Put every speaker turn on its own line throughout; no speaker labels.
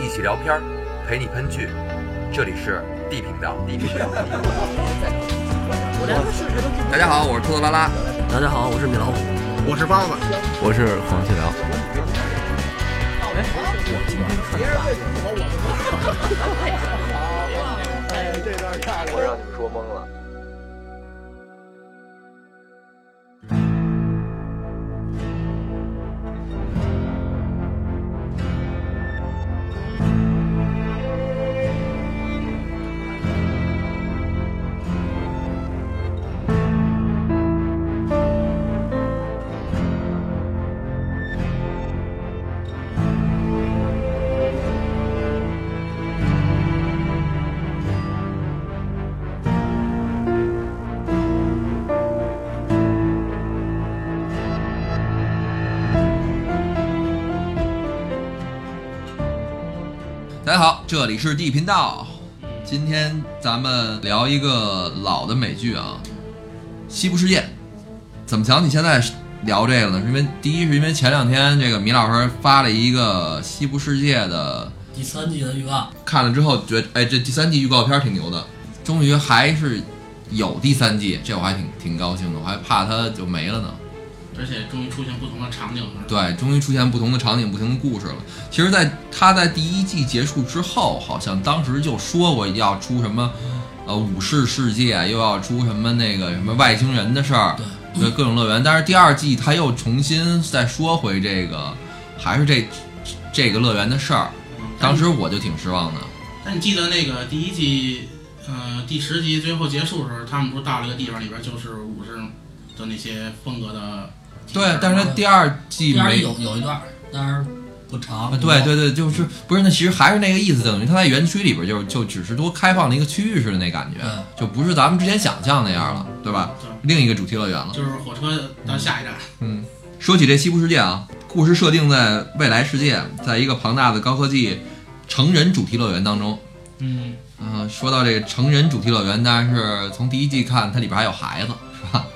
一起聊片儿，陪你喷剧。这里是 D 频道，D 频道。大家好，我是兔子拉拉。
大家好，我是米老虎。
我是包子，
我是黄继辽。
我让你们说懵了。
大家好，这里是 D 频道，今天咱们聊一个老的美剧啊，《西部世界》。怎么想你现在聊这个呢？是因为第一是因为前两天这个米老师发了一个《西部世界》的，
第三季的预告，
看了之后觉得哎，这第三季预告片挺牛的，终于还是有第三季，这我还挺挺高兴的，我还怕它就没了呢。
而且终于出现不同的场景了。
对，终于出现不同的场景、不同的故事了。其实在，他在第一季结束之后，好像当时就说过要出什么，呃，武士世界，又要出什么那个什么外星人的事儿，对各种乐园。但是第二季他又重新再说回这个，还是这这个乐园的事儿。当时我就挺失望的。
但你记得那个第一季，呃，第十集最后结束的时候，他们不是到了一个地方，里边就是武士的那些风格的。
对，但是他第二季
第二
没
季有有一段，但是不长
啊，。对对对，就是不是？那其实还是那个意思，等于它在园区里边就就只是多开放了一个区域似的那感觉，
对
就不是咱们之前想象那样了，对吧？另一个主题乐园了。
就是火车到下一站，
嗯，说起这西部世界啊，故事设定在未来世界，在一个庞大的高科技成人主题乐园当中。
嗯，
嗯、说到这个成人主题乐园，但是从第一季看，它里边还有孩子，是吧？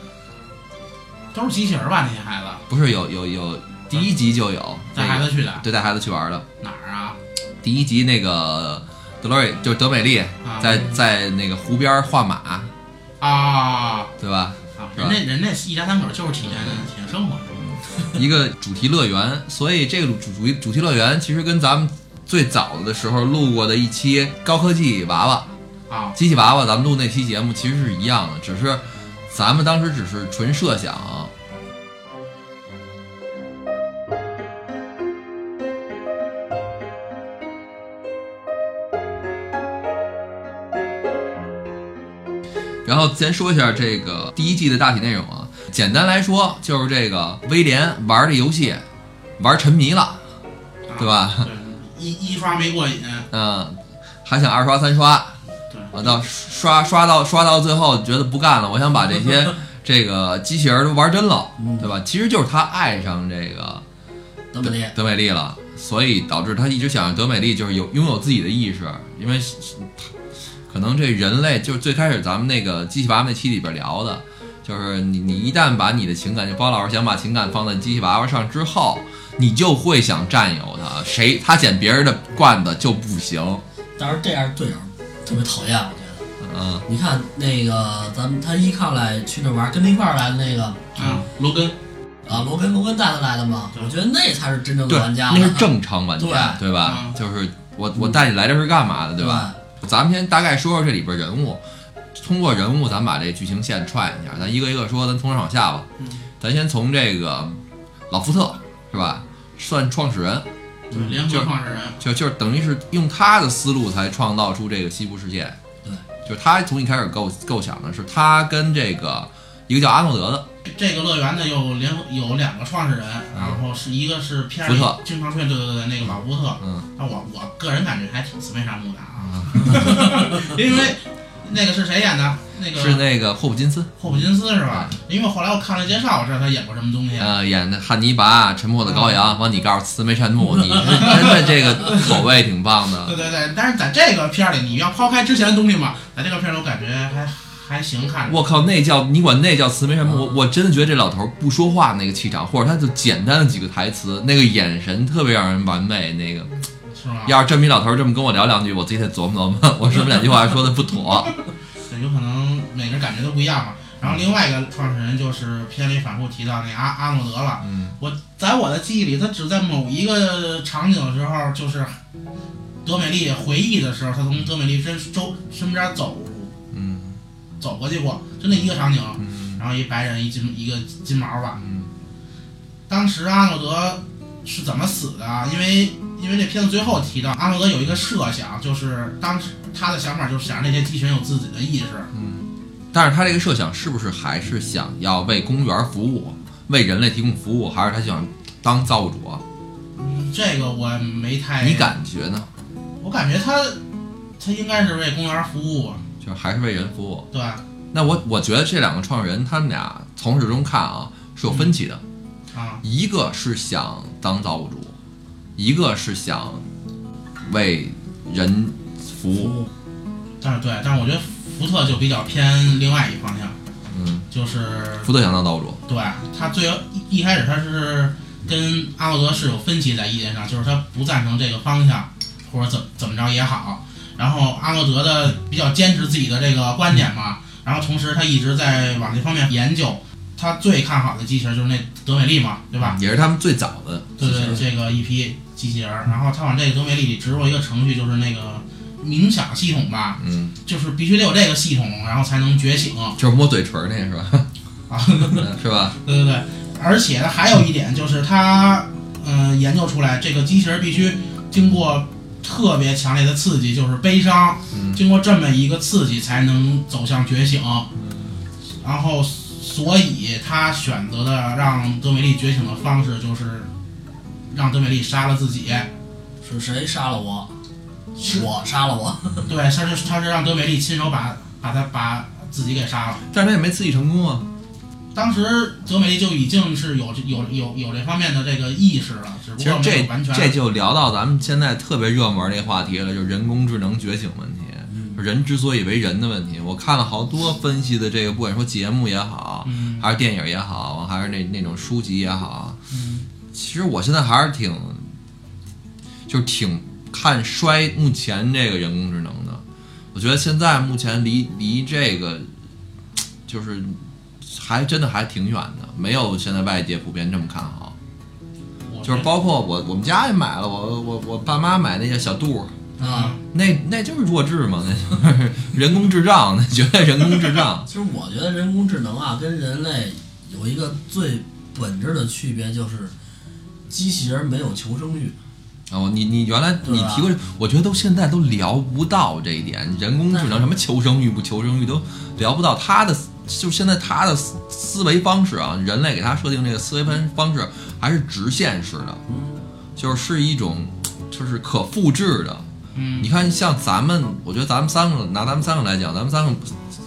都是机器人吧？那些孩子
不是有有有，第一集就有
带孩
那个
子去的
对带孩子去玩的。
哪儿啊？
第一集那个德罗瑞就是德美丽
啊
在在那个湖边画马，
啊
对吧？嗯
啊！人家人家一家三口就是体验体验生活，
一个主题乐园，所以这个主主题主题乐园其实跟咱们最早的时候录过的一期高科技娃娃、
啊
机器娃娃，咱们录那期节目其实是一样的，只是咱们当时只是纯设想。然后先说一下这个第一季的大体内容啊，简单来说就是这个威廉玩这游戏玩沉迷了，
啊
对吧？
对，一一刷没过瘾，
嗯，还想二刷三刷，
对，
我到刷刷到刷到最后觉得不干了，我想把这些这个机器人儿都玩真了，对吧？其实就是他爱上这个
德美利，
德美丽了，所以导致他一直想让德美丽就是有拥有自己的意识，因为可能这人类就是最开始咱们那个机器娃娃那期里边聊的，就是你你一旦把你的情感，就包老师想把情感放在机器娃娃上之后，你就会想占有它，谁他捡别人的罐子就不行，
但是这样队友特别讨厌，我觉得。
嗯，
你看那个咱们他一看来去那玩儿，跟他一块儿来的那个
嗯
啊，罗根
啊，罗根罗根带他来的嘛，我觉得那才是真正的
对，
玩家
那
呢，
是正常玩家，对吧
嗯？
就是我我带你来这是干嘛的，对
对
吧？？咱们先大概说说这里边人物，通过人物咱把这剧情线串一下，咱一个一个说，咱从上往下吧。
嗯
咱先从这个老福特是吧？算创始人，
对，联合创始人，
嗯就就是等于是用他的思路才创造出这个西部世界。
对，
就是他从一开始构构想的是他跟这个一个叫阿诺德的，
这个乐园呢有联有两个创始人，然后是一个是片儿
嗯福特
里经常吹对对对那个老福特，
嗯，
啊，我我个人感觉还挺慈眉善目的啊， 因为那个是谁演的？那个
嗯是那嗯个霍普金斯，
霍普金斯是吧？因为后来我看了介绍，我知道他演过什么东西。啊
呃，演的《汉尼拔》《沉默的羔羊》，完你告诉慈眉善目，你是真的这个口味挺棒的。
对对对，但是在这个片儿里，你要抛开之前的东西嘛，在这个片儿里我感觉还还行看着。
我靠，那叫你管那叫慈眉善目，我我真的觉得这老头不说话那个气场，或者他就简单的几个台词，那个眼神特别让人完美，那个
是吧？
要是真比老头儿这么跟我聊两句，我自己得琢磨琢磨， 我是不是两句话说的不妥？
对，有可能每个人感觉都不一样嘛。然后
嗯
另外一个创始人就是片里反复提到那阿阿诺德了。
嗯，
我在我的记忆里，他只在某一个场景的时候，就是德美丽回忆的时候，他从德美丽身周身边走
嗯
走过去过，就那一个场景。
嗯
然后一白人，一金一个金毛吧。
嗯
当时阿诺德是怎么死的啊？因为因为这片子最后提到阿诺德有一个设想，就是当时他的想法就是想让这些机器人有自己的意识。
嗯。但是他这个设想是不是还是想要为公园服务，为人类提供服务，还是他想当造物主啊？
嗯，这个我没太
你感觉呢？
我感觉他他应该是为公园服务，啊
就是还是为人服务？
对，
那我我觉得这两个创始人，他们俩从始至终看啊是有分歧的，
啊，
一个是想当造物主，一个是想为人服务。
务
但是对，但是我觉得福特就比较偏另外一方向，
嗯，
就是
福特想当造物主，
对他最一一开始他是跟阿诺德是有分歧在意见上，就是他不赞成这个方向，或者怎怎么着也好。然后阿诺德的比较坚持自己的这个观点嘛，然后同时他一直在往这方面研究。他最看好的机器人就是那德美利嘛，对吧？
也是他们最早的
对
嗯机器
对，
人
这个一批机器人儿，然后他往这个德美利里植入了一个程序，就是那个冥想系统吧，
嗯，
就是必须得有这个系统，然后才能觉醒
就是摸嘴唇儿那是吧？
啊。
嗯是吧？
对对对，而且呢，还有一点就是他，嗯、研究出来这个机器人必须经过特别强烈的刺激，就是悲伤，
嗯
经过这么一个刺激才能走向觉醒。然后，所以他选择的让德美丽觉醒的方式就是让德美丽杀了自己。
是谁杀了我？
是
我杀了我。
对，他是他是让德美丽亲手把把他把自己给杀了。
但是他也没刺激成功啊。
当时德美丽就已经是有有有有这方面的这个意识了，只不
其实
过没
这
有完全
这就聊到咱们现在特别热门那话题了，就是人工智能觉醒问题，
嗯
人之所以为人的问题。我看了好多分析的这个，不管说节目也好，
嗯
还是电影也好，还是那那种书籍也好，
嗯
其实我现在还是挺，就是挺看衰目前这个人工智能的。我觉得现在目前离离这个，就是还真的还挺远的，没有现在外界普遍这么看好。，
我
就是
觉得
包括我我们家也买了，我我我爸妈买那些小肚儿，
啊，
那那就是弱智嘛，那就是人工智障，那绝对人工智障。
其实我觉得人工智能啊，跟人类有一个最本质的区别就是，机器人没有求生欲。
哦，你你原来
对
你
啊
提过，我觉得都现在都聊不到这一点，人工智能什么求生欲不求生欲都聊不到，他的就是现在他的思思维方式啊，人类给他设定这个思维方方式还是直线式的，就是是一种就是可复制的，
嗯
你看，像咱们，我觉得咱们三个拿咱们三个来讲，咱们三个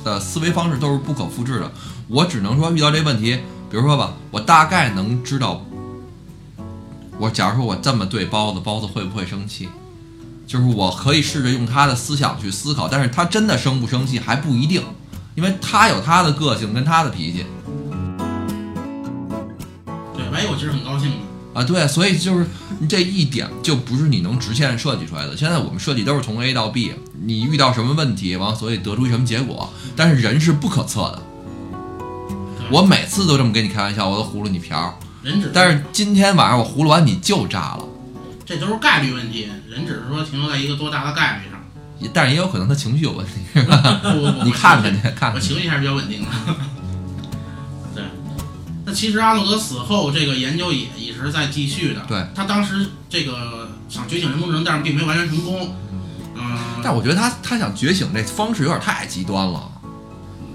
的思维方式都是不可复制的。我只能说，遇到这问题，比如说吧，我大概能知道，我假如说我这么对包子，包子会不会生气？就是我可以试着用他的思想去思考，但是他真的生不生气还不一定，因为他有他的个性跟他的脾气
对，万一我其实很高兴的。
啊。对，所以就是这一点就不是你能直线设计出来的。现在我们设计都是从 A 到 B，你遇到什么问题，完所以得出什么结果，但是人是不可测的。
对
我每次都这么跟你开玩笑，我都葫芦你瓢儿，
人只
但是今天晚上我葫芦完你就炸了，
这都是概率问题，人只是说停留在一个多大的概 率上。
也但是也有可能他情绪有问题，
不不不，
你看看去，看
我
看去。
情绪还是比较稳定的。对，那其实阿诺德死后，这个研究也一直在继续的。
对，
他当时这个想觉醒人工智能，但是并没完全成功。嗯，
但我觉得他他想觉醒这方式有点太极端了，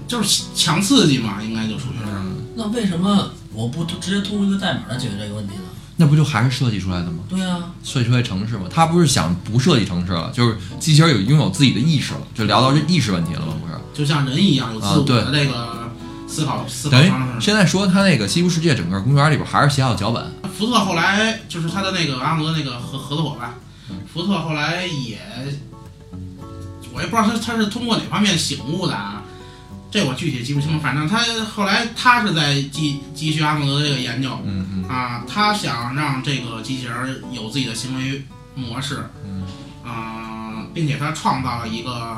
就是强刺激嘛，应该就属于是。
嗯
那为什么我不直接通过一个代码来解决这个问题呢？
那不就还是设计出来的吗？
对啊，
设计出来城市吗？他不是想不设计城市了，就是机器人有拥有自己的意识了，就聊到这意识问题了吗？不是？
就像人一样有自我
啊
的这个思考、思考
等于
方式。
现在说他那个西部世界整个公园里边还是写好脚本，
福特后来就是他的那个阿诺德那个合合作伙伴，
嗯
福特后来也，我也不知道他他是通过哪方面醒悟的啊，这我具体记不清了。反正他后来他是在继继续阿诺德这个研究
嗯嗯
啊，他想让这个机器人有自己的行为模式，
嗯
啊、并且他创造了一个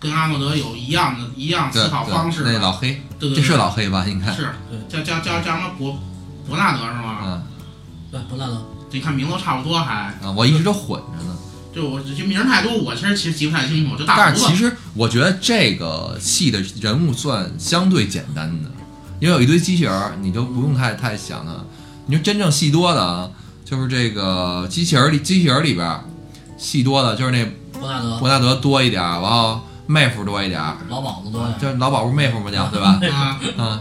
跟阿诺德有一样的一样
对
思考方式
嗯对，那
的，
老黑，
对对
这
对，
是老黑吧？应该，
是
对
叫叫叫叫什么伯伯纳德是吗？
嗯
对，不烂了。
你看名字都差不多还，
啊，我一直都混着呢。
就我这名儿太多，我其实其实记不太清楚，就大
但
胡
是其
子，
实我觉得这个戏的人物算相对简单的，因为有一堆机器人儿，你都不用太太想了。你说真正戏多的，啊，就是这个机器人儿里，机器人儿里边儿戏多的就是那
布纳德
伯纳德多一点儿，然后妹夫多一点儿，
老鸨子多呀，
啊就是老鸨不是妹夫吗？叫对 吧？
啊，
啊，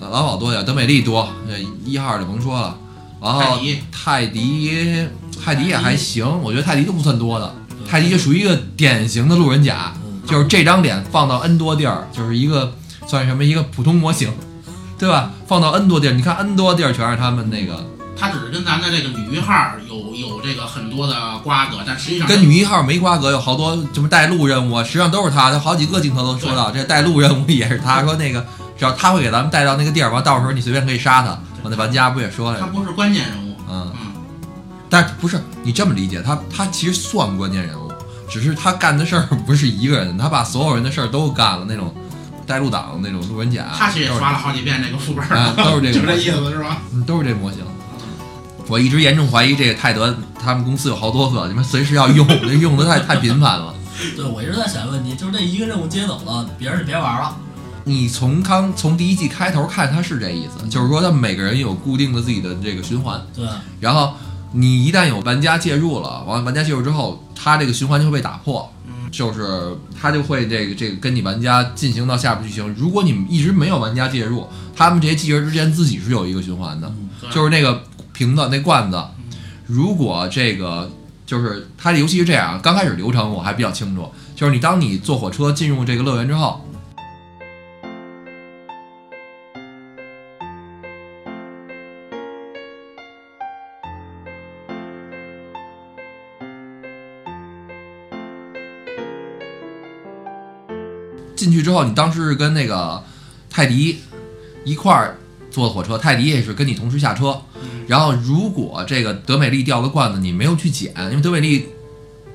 老鸨多一点儿，德美丽多，这一号就甭说了。然后
泰迪
泰迪，泰迪也还行，我觉得泰迪都不算多的，
对
泰迪就属于一个典型的路人甲。
嗯，
就是这张脸放到 N 多地儿，就是一个算什么一个普通模型，对吧？放到 N 多地儿，你看 N 多地儿全是他们那个，
他只是跟咱的这个女一号儿有有这个很多的瓜葛，但实际上
跟女一号没瓜葛，有好多什么带路任务啊，实际上都是他，他好几个镜头都说到这带路任务也是他说那个，只要他会给咱们带到那个地儿，完到时候你随便可以杀他。我那玩家不也说了
他
吗，
不是关键人物，
嗯，
嗯，
但是不是你这么理解，他他其实算关键人物，只是他干的事儿不是一个人，他把所有人的事儿都干了那种。带路党那种路人甲，
他其实
都啊
也
是
刷了好几遍这个副本 儿，
啊都是这个
就这意思是吧？
嗯，都是这模型。我一直严重怀疑这个泰德他们公司有好多个，你们随时要用， 这用的太太频繁了。
对我一直在想个问题，就是这一个任务接走了，别人就别玩了。
你从刚从第一季开头看，他是这意思，就是说他们每个人有固定的自己的这个循环，
对，
然后你一旦有玩家介入了，完玩家介入之后，他这个循环就会被打破，
嗯
就是他就会这个这个跟你玩家进行到下步剧情。如果你们一直没有玩家介入，他们这些机器人之间自己是有一个循环的，
对
就是那个瓶子那罐子
嗯，
如果这个就是它游戏是这样，刚开始流程我还比较清楚，就是你当你坐火车进入这个乐园之后。进去之后，你当时是跟那个泰迪一块儿坐火车，泰迪也是跟你同时下车。
嗯
然后如果这个德美丽掉了罐子，你没有去捡，因为德美丽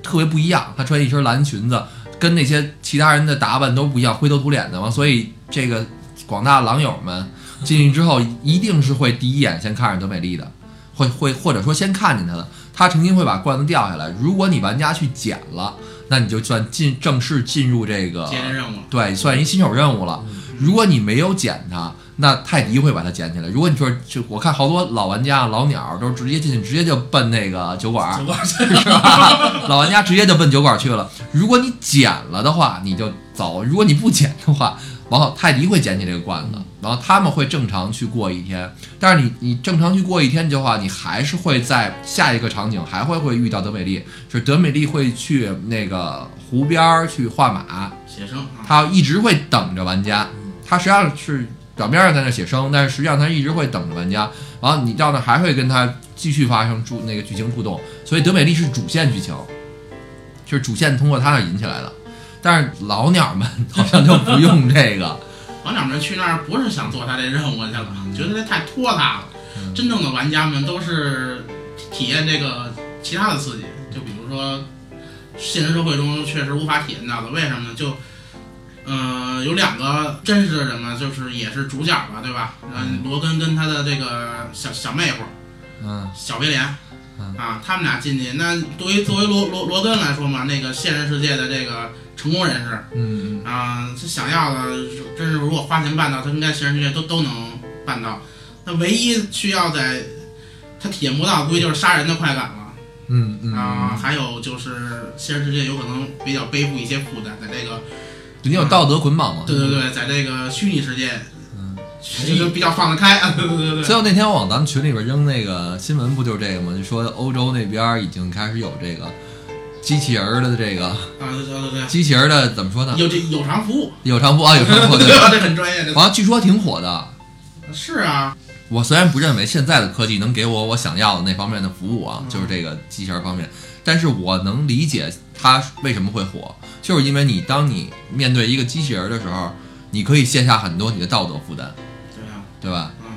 特别不一样，她穿一身蓝裙子，跟那些其他人的打扮都不一样，灰头土脸的嘛，所以这个广大狼友们进去之后，一定是会第一眼先看上德美丽的，会会或者说先看见她的，她曾经会把罐子掉下来。如果你玩家去捡了，那你就算进正式进入这个
接这任务了，
对，算一新手任务了。如果你没有捡它，那泰迪会把它捡起来。如果你说，就我看好多老玩家、老鸟都直接进去，直接就奔那个酒馆
结
儿，
果这
是吧？ 老玩家直接就奔酒馆去了。如果你捡了的话，你就走；如果你不捡的话，然后泰迪会捡起这个罐子，然后他们会正常去过一天。但是你你正常去过一天的话，你还是会在下一个场景还会会遇到德美丽，是德美丽会去那个湖边儿去画马。
写生啊，
他一直会等着玩家
嗯，
他实际上是表面上在那写生，但是实际上他一直会等着玩家。然后你到那还会跟他继续发生触那个剧情触动，所以德美丽是主线剧情，就是主线通过他那引起来的。但是老鸟们好像就不用这 个，
王掌门去那儿不是想做他这任务去了，觉得这太拖沓了。
嗯
真正的玩家们都是体验这个其他的刺激，就比如说现实社会中确实无法体验到的，为什么呢？就呃，有两个真实的人嘛，就是也是主角吧，对吧？嗯，罗根跟他的这个小小妹夫
嗯，
小威廉，
嗯
啊，他们俩进去，那对于作为罗罗罗根来说嘛，那个现实世界的这个成功人士，
嗯嗯
啊、他想要的，真是如果花钱办到，他应该全世界都都能办到。那唯一需要在他体验不到，估计就是杀人的快感了
嗯嗯
啊、
嗯，
还有就是现实世界有可能比较背负一些负担，在这个
你有道德捆绑吗？
对对对，在这个虚拟世界，
嗯哎
就就比较放得开啊，对对对对
最后那天我往咱们群里边扔那个新闻，不就是这个吗？就说欧洲那边已经开始有这个机器人儿的这个
啊对对对对，
机器人儿的怎么说呢？
有这有偿服务，
有偿服啊，有偿服，对。
这很专业，
好像据说挺火的。
这是啊，
我虽然不认为现在的科技能给我我想要的那方面的服务啊，
嗯
就是这个机器人方面，但是我能理解它为什么会火，就是因为你当你面对一个机器人的时候，你可以卸下很多你的道德负担，
对啊，
对吧？
嗯，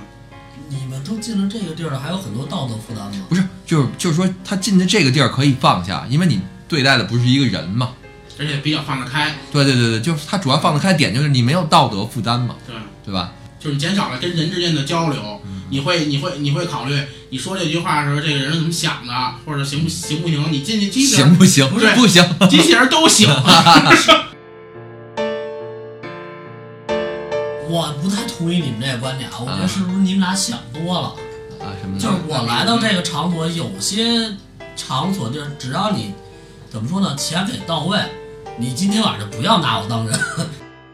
你们都进了这个地儿了，还有很多道德负担吗？
不是，就是就是说他进的这个地儿可以放下，因为你对待的不是一个人嘛。
而且比较放得开，
对对对对，就是他主要放得开的点就是你没有道德负担嘛，
对，
对吧？
就是你减少了跟人之间的交流，
嗯
你会你会你会考虑你说这句话的时候这个人是怎么想的，或者行不行不行？你进去机器人
行不行？
不是
不行， 啊
机 器人都行，
我不太同意你们这个观点啊，我觉得是不是你们俩想多了？
啊什么的，
就是我来到这个场所，有些场所就是只要你怎么说呢，钱给到位，你今天晚上就不要拿我当人。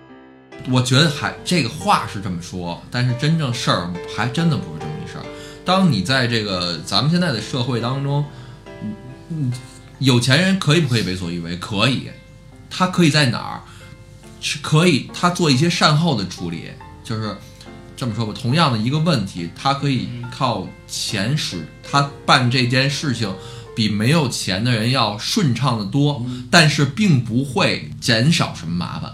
我觉得还这个话是这么说，但是真正事儿还真的不是这么一事儿。当你在这个咱们现在的社会当中，嗯，嗯有钱人可以不可以为所欲为？可以，他可以在哪儿？是可以，他做一些善后的处理，就是这么说吧。同样的一个问题，他可以靠钱使他办这件事情，比没有钱的人要顺畅的多，但是并不会减少什么麻烦。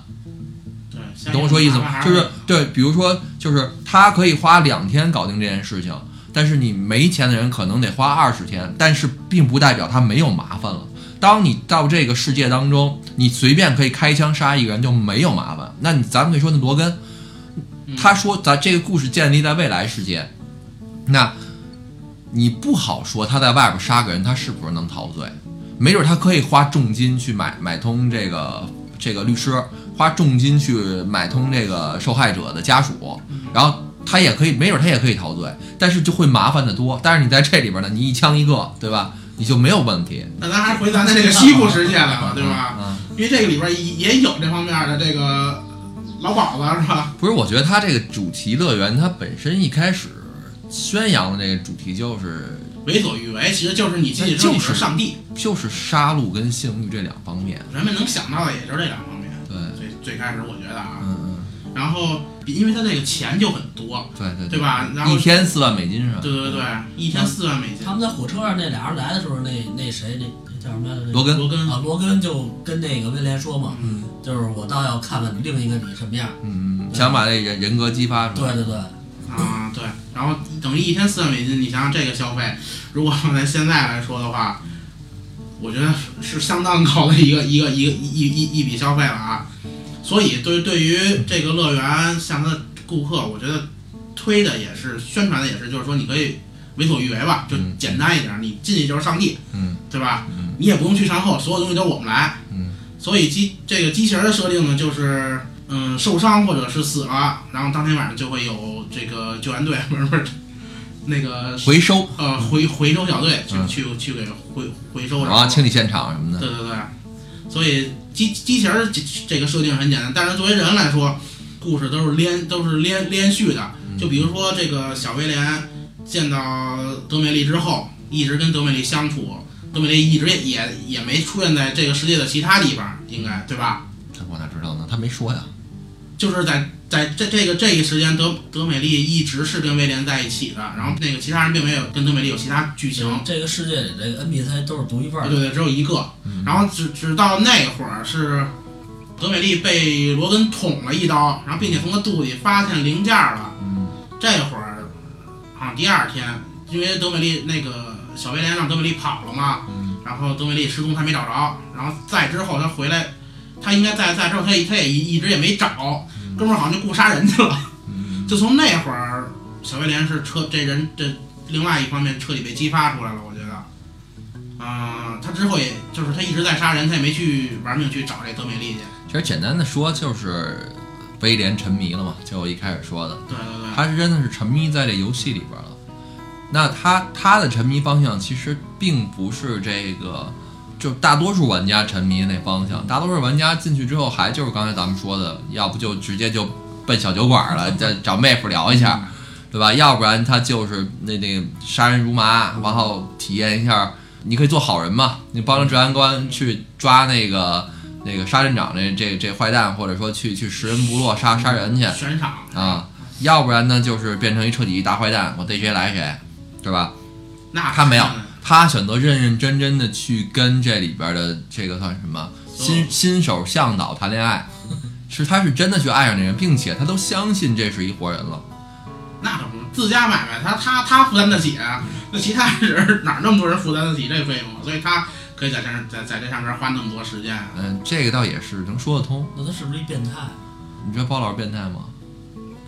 对，
你懂我说意思吗？就是对，比如说，就是他可以花两天搞定这件事情，但是你没钱的人可能得花二十天，但是并不代表他没有麻烦了。当你到这个世界当中，你随便可以开枪杀一个人就没有麻烦。那你咱们可以说那罗根，他说咱这个故事建立在未来世界，那你不好说他在外边杀个人，他是不是能陶醉？没准他可以花重金去买买通这个这个律师，花重金去买通这个受害者的家属，
嗯
然后他也可以，没准他也可以陶醉，但是就会麻烦的多。但是你在这里边呢，你一枪一个，对吧？你就没有问题，
那咱还是回咱的这个西部世界来啊吧，对吧？
嗯，
因为这个里边也也有这方面的这个老鸨子是吧？
不是，我觉得他这个主题乐园，它本身一开始宣扬的这个主题就是
为所欲为，其实就是你进去之后你是上帝，
就是杀戮跟性欲这两方面。
人们能想到的也就是这两方面。
对，
最最开始我觉得啊，
嗯嗯，
然后因为他这个钱就很多，
对对
对吧？然后
一天四万美金是吧？
对对对，一天四万美金
他。们在火车上那俩人来的时候，那那谁那那叫什么来着？那
罗根
罗根，
啊，罗根就跟那个威廉说嘛，
嗯，
就是我倒要看看另一个你什么样。
嗯，嗯，嗯想把这人人格激发出
对
来。
对对，
啊，对，然后等于一天四万美金，你想想这个消费，如果放在现在来说的话，我觉得是相当高的一个一个一个一一一笔消费了啊。所以对对于这个乐园像它的顾客，我觉得推的也是宣传的也是，就是说你可以为所欲为吧，就
嗯
简单一点，你进去就是上帝，
嗯，
对吧？
嗯
你也不用去善后，所有东西都是我们来。
嗯，
所以机这个机器人的设定呢，就是嗯受伤或者是死了，然后当天晚上就会有这个救援队，不是不是那个
回收
呃回回收小队去、
嗯
去去给回回收
然后
后
清理现场什么的。
对对对，所以机机器人儿这这个设定很简单，但是作为人来说，故事都是连都是连连续的。
嗯
就比如说这个小威廉见到德美丽之后，一直跟德美丽相处，德美丽一直也也也没出现在这个世界的其他地方，应该对吧？
这我哪知道呢？他没说呀。
就是在在这这个这一时间，德德美丽一直是跟威廉在一起的，然后那个其他人并没有跟德美丽有其他剧情。
这个世界里这个 NPC 都是独一份儿嗯
对
的。
对对，只有一个。然后直直到那会儿是德美丽被罗根捅了一刀，然后并且从他肚里发现零件了。
嗯
这会儿好像第二天，因为德美丽那个小威廉让德美丽跑了嘛，
嗯
然后德美丽失踪，他没找着。然后再之后他回来，他应该在在之后他也他也一一直也没找，
嗯
哥们儿好像就雇杀人去了。 就从那会儿，小威廉是彻这人这另外一方面彻底被激发出来了，我觉得。啊、他之后也就是他一直在杀人，他也没去玩命去找这德美丽去。
其实简单的说，就是威廉沉迷了嘛，就我一开始说的，
对对对，
他是真的是沉迷在这游戏里边了。那他他的沉迷方向其实并不是这个，就大多数玩家沉迷的那方向。大多数玩家进去之后，还就是刚才咱们说的，要不就直接就奔小酒馆了，再找妹夫聊一下，对吧？要不然他就是那那个杀人如麻，然后体验一下，你可以做好人嘛，你帮着治安官去抓那个那个杀人长这这这坏蛋，或者说去去食人部落杀杀人去，
悬赏
啊，要不然呢就是变成一彻底一大坏蛋，我逮谁来谁，对吧？
那
他没有
是的
他选择认认真真的去跟这里边的这个算什么新新手向导谈恋爱，是他是真的去爱上这人，并且他都相信这是一活人了。
那可不，自家买卖，他他他负担得起啊。那其他人哪儿那么多人负担得起这费用啊？所以他可以在这在在这上面花那么多时间啊。
嗯，这个倒也是能说得通。
那他是不是一变态？啊
你觉得包老师变态吗？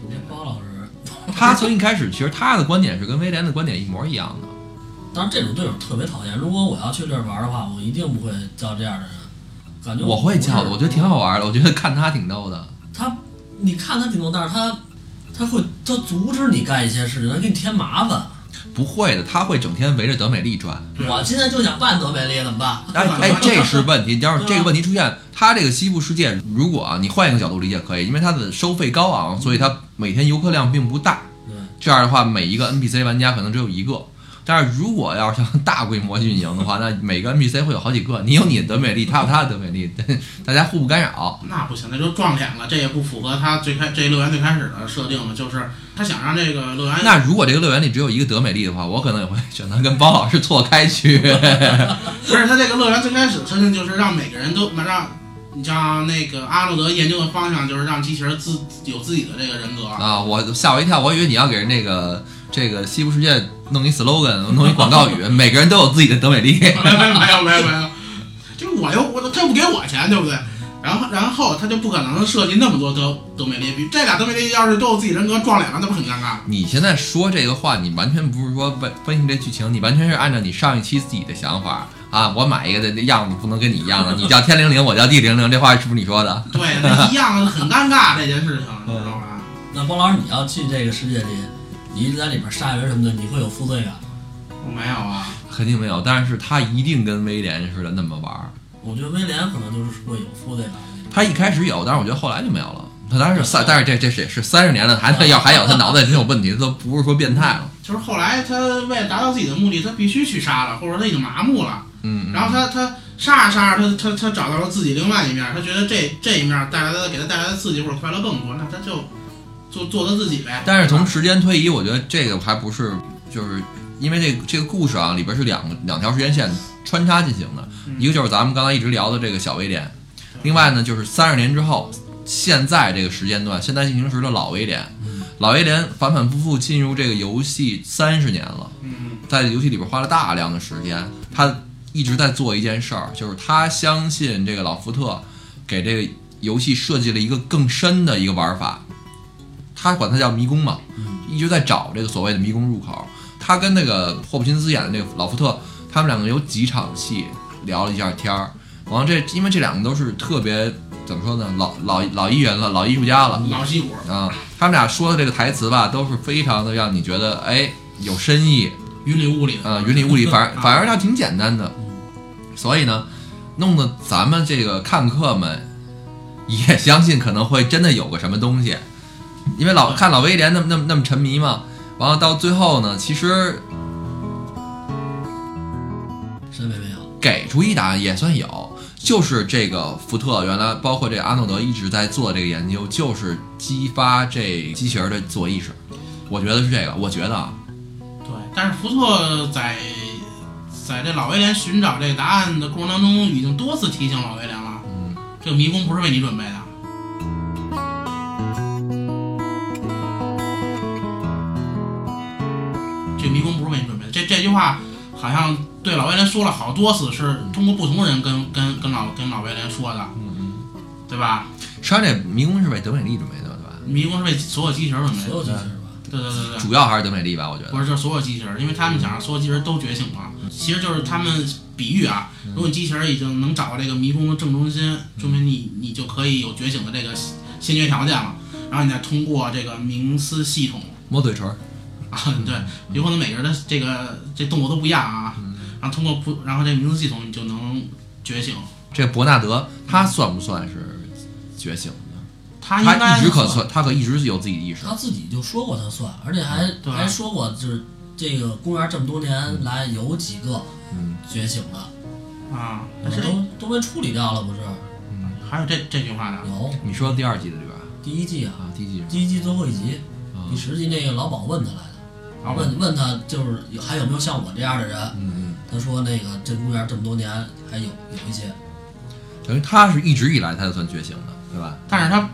这包老师，
他从一开始，其实他的观点是跟威廉的观点一模一样的。
当然这种队友特别讨厌。如果我要去这儿玩的话，我一定不会叫这样的人。感觉
我会叫的，我觉得挺好玩的，我觉得看他挺逗的。
他，你看他挺多，但是他他会他阻止你干一些事情，他给你添麻烦。
不会的，他会整天围着德美丽转。
对
我现在就想办德美丽，怎么办？
哎哎，这是问题。你要是这个问题出现，他这个西部世界，如果啊，你换一个角度理解可以，因为它的收费高昂，所以它每天游客量并不大。
对，
这样的话，每一个 NPC 玩家可能只有一个。但是如果要是像大规模运营的话，那每个 NPC 会有好几个，你有你的德美丽，他有他的德美丽， 大家互不干扰。
那不行，那就撞脸了，这也不符合他最开这乐园最开始的设定嘛，就是他想让这个乐园
那如果这个乐园里只有一个德美丽的话，我可能也会选择跟包老师错开去。
不是他这个乐园最开始设定就是让每个人都让，你像那个阿诺德研究的方向就是让机器人自有自己的这个人格，
啊！我吓我一跳，我以为你要给人那个这个西部世界弄一 slogan，弄一广告语，每个人都有自己的德美丽。
没有没有没有没有，就是我又我他又不给我钱，对不对？然后然后他就不可能设计那么多德德美利比，这俩德美利比要是都有自己人格撞脸了，那不很尴尬？
你现在说这个话，你完全不是说分分析这剧情，你完全是按照你上一期自己的想法啊。我买一个的样子不能跟你一样的，你叫天灵 灵，我叫地灵灵，这话是不是你说的？
对，那一样很尴尬这件事情，你知道吧？
那包老师，你要去这个世界里，你一直在里边杀人什么的，你会有负罪感吗？
我没有啊，
肯定没有，但是他一定跟威廉似的那么玩儿。
我觉得威廉可能就是会有负罪感。
他一开始有，但是我觉得后来就没有了。他当然是三，但是这这是也是三十年了，还他要还有，他脑子也真有问题，都不是说变态了。
就是后来他为了达到自己的目的，他必须去杀了，或者他已经麻木了。
嗯，嗯
然后他他杀着杀着，他他他找到了自己另外一面，他觉得这这一面带来的给他带来的刺激或者快乐更多，那他就做做他自己呗。
但是从时间推移，我觉得这个还不是，就是因为这个这个故事啊，里边是两个两条时间线穿插进行的，
嗯
一个就是咱们刚才一直聊的这个小威廉，另外呢就是三十年之后，现在这个时间段，现在进行时的老威廉，
嗯
老威廉反反复复进入这个游戏三十年了，
嗯，
在游戏里边花了大量的时间，他一直在做一件事儿，就是他相信这个老福特给这个游戏设计了一个更深的一个玩法，他管它叫迷宫嘛。
嗯，
一直在找这个所谓的迷宫入口。他跟那个霍普金斯演的那个老福特，他们两个有几场戏聊了一下天儿。然后这因为这两个都是特别怎么说呢，老老老艺人了，老艺术家了
老戏骨，
啊、他们俩说的这个台词吧，都是非常的让你觉得哎有深意，
云里雾里的。
呃，云里雾里， 反而反而倒挺简单的。所以呢，弄得咱们这个看客们也相信可能会真的有个什么东西，因为老看老威廉那么那么那么沉迷嘛，完了到最后呢，其实
身边没有。
给出一答案也算有，就是这个福特原来包括这个阿诺德一直在做这个研究，就是激发这机器人的自我意识，我觉得是这个，我觉得啊，
对，但是福特在在这老威廉寻找这个答案的过程当中，已经多次提醒老威廉了，
嗯，
这个迷宫不是为你准备的。这迷宫不是为你准备的，这这句话好像对老威廉说了好多次，是通过不同人跟跟跟老跟老威廉说的，
嗯，
对吧？
实际上这迷宫是为德美丽准备的，对吧？
迷宫是为所有机器人准备
所有
的，
机器人吧，
对对对对。
主要还是德美丽吧，我觉得
不。是，就是所有机器人，因为他们想让所有机器人都觉醒嘛。
嗯
其实就是他们比喻啊，如果你机器人已经能找到这个迷宫的正中心，说明你
嗯
你就可以有觉醒的这个先决条件了。然后你再通过这个冥思系统
摸嘴唇儿，
啊，对，
嗯
有可能每个人的这个这动作都不一样啊。然后通过不，然后这冥思系统你就能觉醒。
这伯纳德他算不算是觉醒的？
他应
他
该
一直可
算
算，他可一直有自己的意识。
他自己就说过他算，而且还
对
还说过，就是这个公园这么多年来有几个
嗯，
觉醒的，
啊，但是
都都被处理掉了，不是？
还有这这句话呢，
有
你说第二季的这边
第一季啊，
啊，第一季
第一季最后一集，
啊
第，十集那个老鸨问他来的，
老板
问问他就是有还有没有像我这样的人？
嗯
他说那个这公园这么多年还有有一些，
嗯，等于他是一直以来他就算觉醒的，对吧？
但是他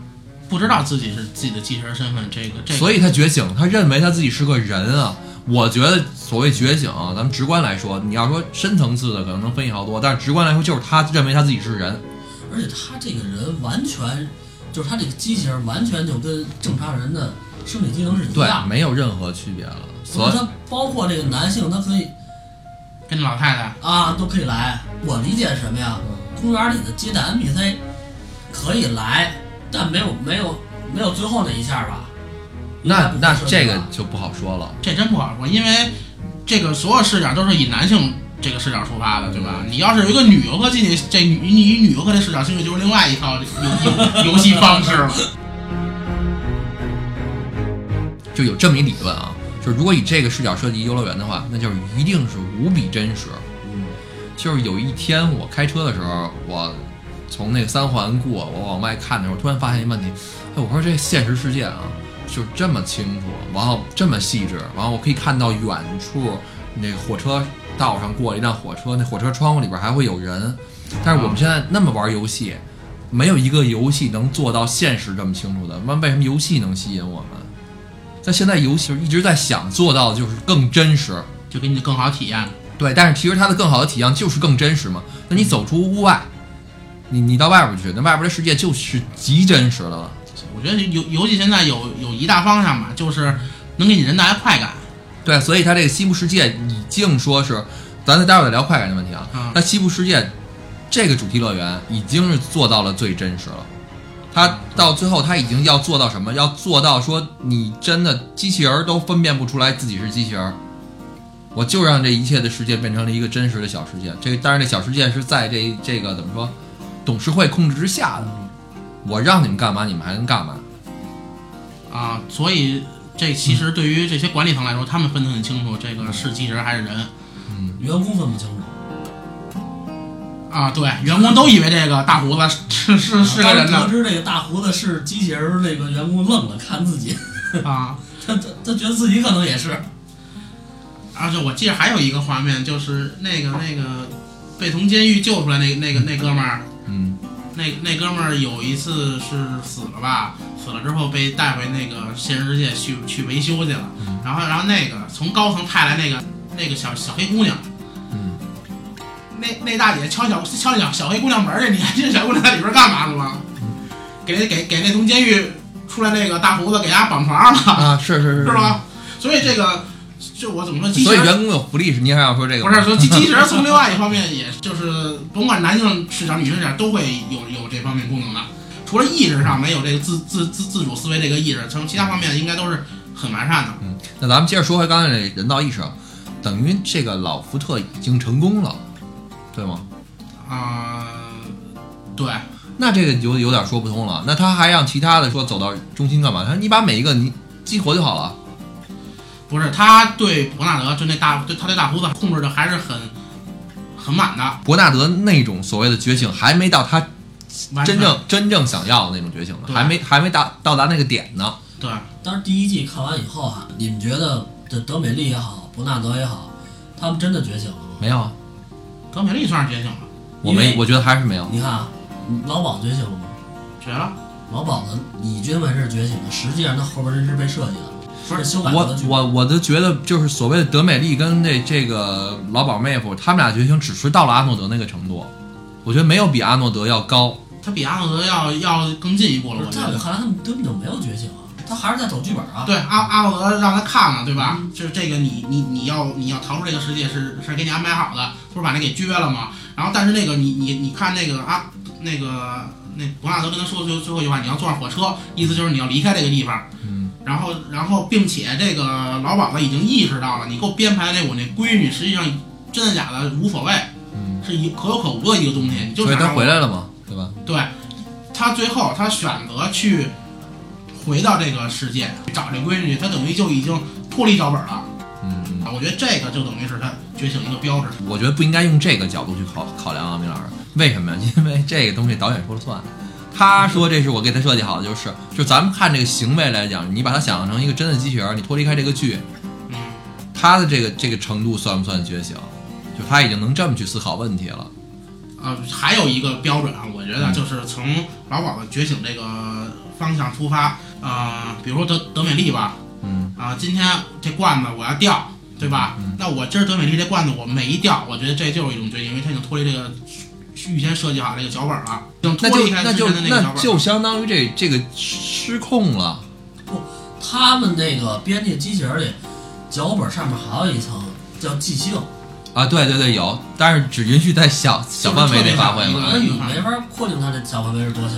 不知道自己是自己的寄生身份，这个这个，
所以他觉醒，他认为他自己是个人啊。我觉得所谓觉醒啊，咱们直观来说，你要说深层次的，可能能分析好多，但是直观来说，就是他认为他自己是人。
而且他这个人完全就是他这个机器人完全就跟正常人的生理机能是一
对，
样的。
没有任何区别了。所
所以
以
他包括这个男性，他可以
跟老太太
啊都可以来。我理解是什么呀？公园里的接待 NPC 可以来，但没有没有没有最后那一下吧？
那
应该
那
不会
这
是
个
吧
就不好说了。
这真不好说，因为这个所有视角都是以男性这个视角出发的，对吧？你要是有一个女游客进去，这女你以女游客的视角进去就是另外一套游游游戏方式了。
就有这么一理论啊，就是如果以这个视角设计游乐园的话，那就是一定是无比真实。就是有一天我开车的时候，我从那个三环过，我往外看的时候，突然发现一问题，哎，我说这现实世界啊，就这么清楚，然后这么细致，然后我可以看到远处那个火车道上过了一辆火车，那火车窗户里边还会有人，但是我们现在那么玩游戏。没有一个游戏能做到现实这么清楚的，那为什么游戏能吸引我们？但现在游戏就是一直在想做到的就是更真实，
就给你更好体验。
对，但是其实它的更好的体验就是更真实嘛。那你走出屋外，你你到外边去，那外边的世界就是极真实的了。
我觉得游游戏现在有有一大方向吧，就是能给你人带来快感。
对，所以它这个西部世界已经说是，咱待会儿再聊快感的问题啊。
嗯
它西部世界这个主题乐园已经是做到了最真实了。它到最后，它已经要做到什么？要做到说你真的机器人儿都分辨不出来自己是机器人儿，我就让这一切的世界变成了一个真实的小世界。这当然，这小世界是在这这个怎么说，董事会控制之下的。我让你们干嘛，你们还能干嘛？
啊，所以这其实对于这些管理层来说，他们分得很清楚，这个是机器人还是人
员工分不清楚，
啊。对，员工都以为这个大胡子是是是啊个人
啊当得
呢
知这个大胡子是机器人儿，那个员工愣了，看自己，
啊。
他他他觉得自己可能也是。
而且我记得还有一个画面，就是那个那个被从监狱救出来那那个那哥们儿，
嗯，
那那哥们儿有一次是死了吧？死了之后被带回那个现实世界去去维修去了。
嗯
然后然后那个从高层派来那个那个小小黑姑娘，
嗯，
那那大姐敲小敲小小黑姑娘门儿去，你还记得小黑姑娘在里边干嘛了吗？给给给那从监狱出来那个大胡子给他绑床上了，
啊，是是是
是吧？所以这个就我怎么说，机器
所以
人
员工有福利是，你还要说这个
不
吗？
是说机机器人从另外一方面，也就是甭管男性视角、女性视角，都会有有这方面功能的。除了意识上没有这个自自自自主思维这个意识，从其他方面应该都是很完善的。
那咱们接着说回刚才那人道意识，啊，等于这个老福特已经成功了，对吗？
啊、对，
那这个就有点说不通了。那他还让其他的说走到中心干嘛？他说你把每一个你激活就好了。
不是他对伯纳德就那大对他对大胡子控制的还是很很满的，
伯纳德那种所谓的觉醒，还没到他
完全
真正真正想要的那种觉醒呢，
对
还没还没达到达那个点呢。
对
当然，第一季看完以后啊，你们觉得这德美丽也好，伯纳德也好，他们真的觉醒了吗？
没有啊，
德美丽算是觉醒了，
我
因为
没，我觉得还是没有。
你看啊，老鸨觉醒了吗？
绝了。
老鸨子，你认为是觉醒了，实际上他后边真是被设计的，说是修改
我
的剧本。
我我都觉得就是所谓的德美丽跟那这个老鸨妹夫，他们俩觉醒只是到了阿诺德那个程度，我觉得没有比阿诺德要高。
他比阿诺德要要更进一步了，我
不是
觉
在我
得。
看来，他们根本就没有觉醒啊，他还是在走剧本啊。
对，阿阿诺德让他看了，对吧？就是这个你你你要你要逃出这个世界是是给你安排好的，不是把那给撅了吗？然后但是那个你你你看那个啊那个那伯纳德跟他说的最最后一句话，你要坐上火车，意思就是你要离开这个地方。
嗯，
然后然后并且这个老鸨子已经意识到了，你给我编排那我那闺女实际上真的假的无所谓，
嗯，
是一可有可无的一个东西，你就
所以
想
他
让我
回来了嘛，对吧？
对，他最后他选择去回到这个世界找这闺女，他等于就已经脱离脚本了。
嗯，嗯，
啊我觉得这个就等于是他觉醒一个标志。
我觉得不应该用这个角度去考考量啊，明老师，为什么呀？因为这个东西导演说了算。他说：“这是我给他设计好的，就是就咱们看这个行为来讲，你把它想象成一个真的机器人，你脱离开这个剧，
嗯，
他的这个这个程度算不算觉醒？就他已经能这么去思考问题了。
啊呃，还有一个标准啊，我觉得就是从老鸨子觉醒这个方向出发啊、比如说德德美丽吧，
嗯
啊，今天这罐子我要掉，对吧？
嗯
那我今儿德美丽这罐子我没掉，我觉得这就是一种决定，因为它已经脱离这个预先设计好这个脚本了，已经
那
脱
就
离开
那
之
就
前的那个脚
那
本了。
就相当于这这个失控了，
他们那个编辑机器人里，脚本上面还有一层叫即兴，
啊，对对对，有，但是只允许在小小范围内发挥嘛。
那你没法扩定它的小范围是多小。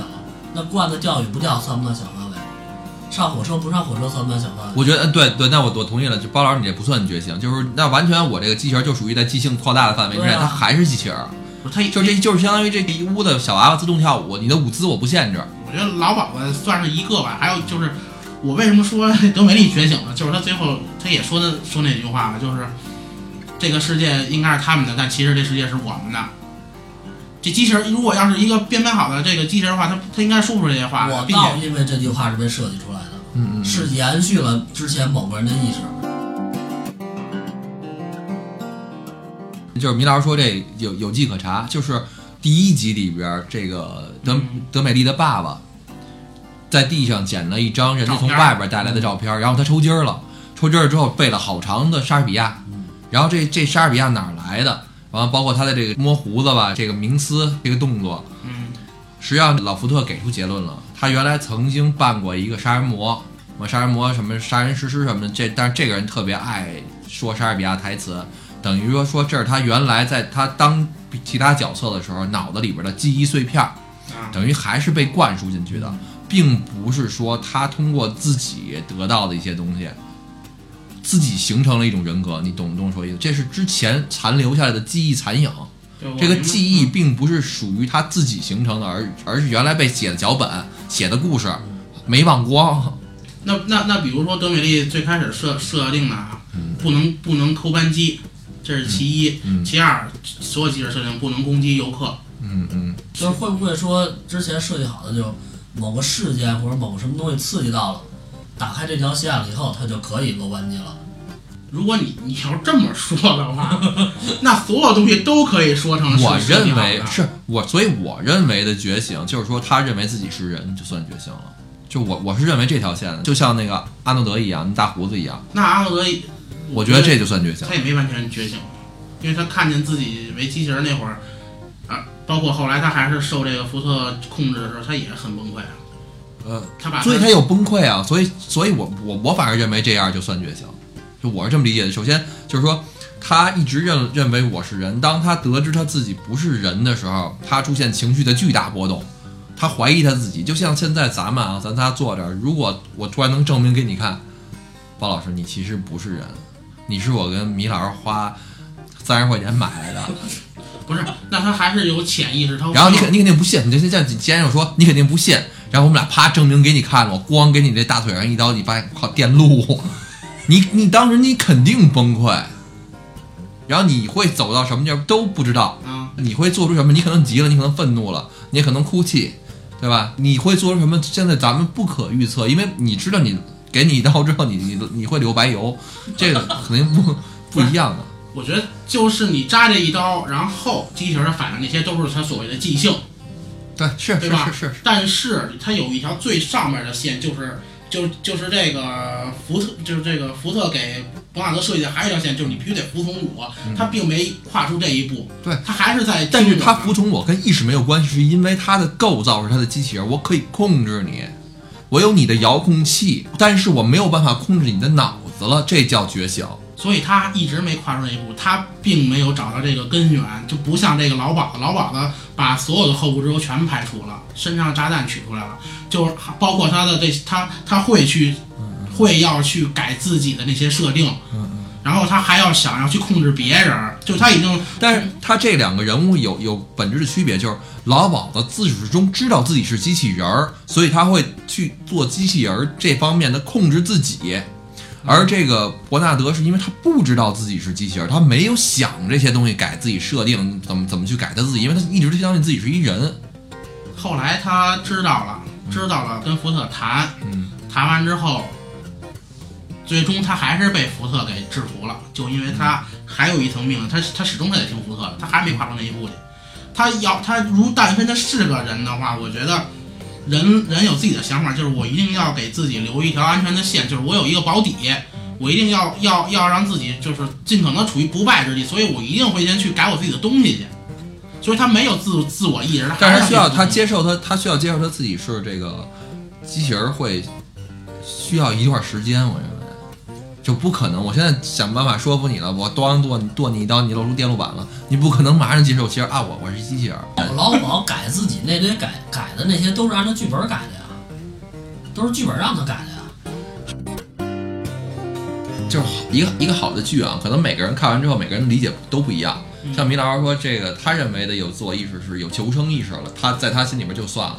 那罐子掉与不掉算不算小范围？上火车不上火车算不算小范围？
我觉得，嗯，对对，那我我同意了。就包老师，你这不算觉醒，就是那完全我这个机器人就属于在即兴扩大的范围之内，
对啊
它还是机器人，
不是它
就这就是相当于这一屋的小娃娃自动跳舞，你的舞姿我不限制。
我觉得老鸨子算是一个吧。还有就是，我为什么说 德美丽觉醒了？就是他最后他也说的说那句话了，就是这个世界应该是他们的，但其实这世界是我们的。这机器人如果要是一个编排好的这个机器人的话，他他应该说不出这些话
我，
并且
倒因为这句话是被设计出来的，
嗯嗯，
是延续了之前某个人的意识。
就是米老师说这有有迹可查，就是第一集里边儿这个德、
嗯
德美丽的爸爸在地上捡了一张人家从
照片儿
外边带来的照片儿，然后他抽筋儿了，抽筋儿之后背了好长的莎士比亚，然后这这莎士比亚哪儿来的？然后包括他的这个摸胡子吧，这个冥思这个动作，
嗯，
实际上老福特给出结论了，他原来曾经办过一个杀人魔，什么杀人魔什么杀人实施什么的，这但是这个人特别爱说莎士比亚台词，等于说说这是他原来在他当其他角色的时候脑子里边的记忆碎片儿，
啊，
等于还是被灌输进去的，并不是说他通过自己得到的一些东西。自己形成了一种人格，你懂不懂我说意思？这是之前残留下来的记忆残影，
对
这个
我嗯
记忆并不是属于他自己形成的，而而是原来被写的脚本、写的故事没忘光。
那那那比如说德美丽最开始设设定的啊，不能不能扣扳机，这是其一。
嗯
其二，所有机制设定不能攻击游客。
嗯嗯，
就是会不会说之前设计好的就某个事件或者某个什么东西刺激到了，打开这条线了以后，它就可以搂扳机了。
如果你你要这么说 的话，那所有东西都可以说成是
我认为
设计好的
是我，所以我认为的觉醒就是说，他认为自己是人就算觉醒了。就我我是认为这条线的，就像那个阿诺德一样，那大胡子一样，
那阿诺德，
我觉得这就算觉醒
他。也没完全觉醒，因为他看见自己为机器人那会儿，啊，包括后来他还是受这个福特控制的时候，他也很崩溃啊。
呃，
他把
所以他有崩溃啊，所以所以我我我反而认为这样就算觉醒，就我是这么理解的。首先就是说，他一直认认为我是人，当他得知他自己不是人的时候，他出现情绪的巨大波动，他怀疑他自己，就像现在咱们啊，咱仨坐这儿，如果我突然能证明给你看，包老师你其实不是人，你是我跟米老师花三十块钱买来的，
不是，那他还是有潜意识，他
然后你肯你肯定不信，你就像先生说，你肯定不信。然后我们俩啪证明给你看，我咣给你这大腿上一刀，你把靠电路，你你当时你肯定崩溃，然后你会走到什么地儿都不知道，
啊，
你会做出什么？你可能急了，你可能愤怒了，你也可能哭泣，对吧？你会做出什么？现在咱们不可预测，因为你知道你给你一刀之后，你你你会流白油，这个肯定不不一样的。
我觉得就是你扎这一刀，然后机器人的反应那些都是他所谓的即兴，
对，是
对
是
吧
是是，
但是它有一条最上面的线，就是就就是这个福特，就是这个福特给博纳德设计的还有一条线，就是你必须得服从我，他并没跨出这一步，
嗯对
他还是在，
但是他服从我跟意识没有关系，是因为它的构造是它的机器人，我可以控制你，我有你的遥控器，但是我没有办法控制你的脑子了，这叫觉醒。
所以他一直没跨出那一步，他并没有找到这个根源，就不像这个老鸨子，老鸨子把所有的后顾之忧全排除了，身上的炸弹取出来了，就是包括他的这他他会去会要去改自己的那些设定，然后他还要想要去控制别人儿，就他已经
但是他这两个人物有有本质的区别，就是老鸨子自始至终知道自己是机器人儿，所以他会去做机器人儿这方面的控制自己。而这个伯纳德是因为他不知道自己是机器人儿，他没有想这些东西改自己设定怎么怎么去改他自己，因为他一直相信自己是一人。
后来他知道了，知道了，跟福特谈，
嗯
谈完之后，最终他还是被福特给制服了，就因为他
嗯
还有一层命，他他始终他得听福特的，他还没跨出那一步去。他要他如但凡他是个人的话，我觉得人人有自己的想法，就是我一定要给自己留一条安全的线，就是我有一个保底，我一定要要要让自己就是尽可能处于不败之地，所以我一定会先去改我自己的东西去。所以他没有自自我意识，他
但
还
是他
是
需要
去
他接受他，他需要接受他自己是这个机器人儿会需要一段时间，我认为就不可能。我现在想办法说服你了，我咣剁你剁你一刀，你露出电路板了，你不可能马上接受。其实啊，我我是机器人儿，
老鸨改自己那堆改改的那些都是按照剧本改的呀，都是剧本让他改的呀。
就是一个一个好的剧啊，可能每个人看完之后，每个人的理解都不一样。
嗯
像米老师说，这个他认为的有自我意识是有求生意识了，他在他心里边就算了。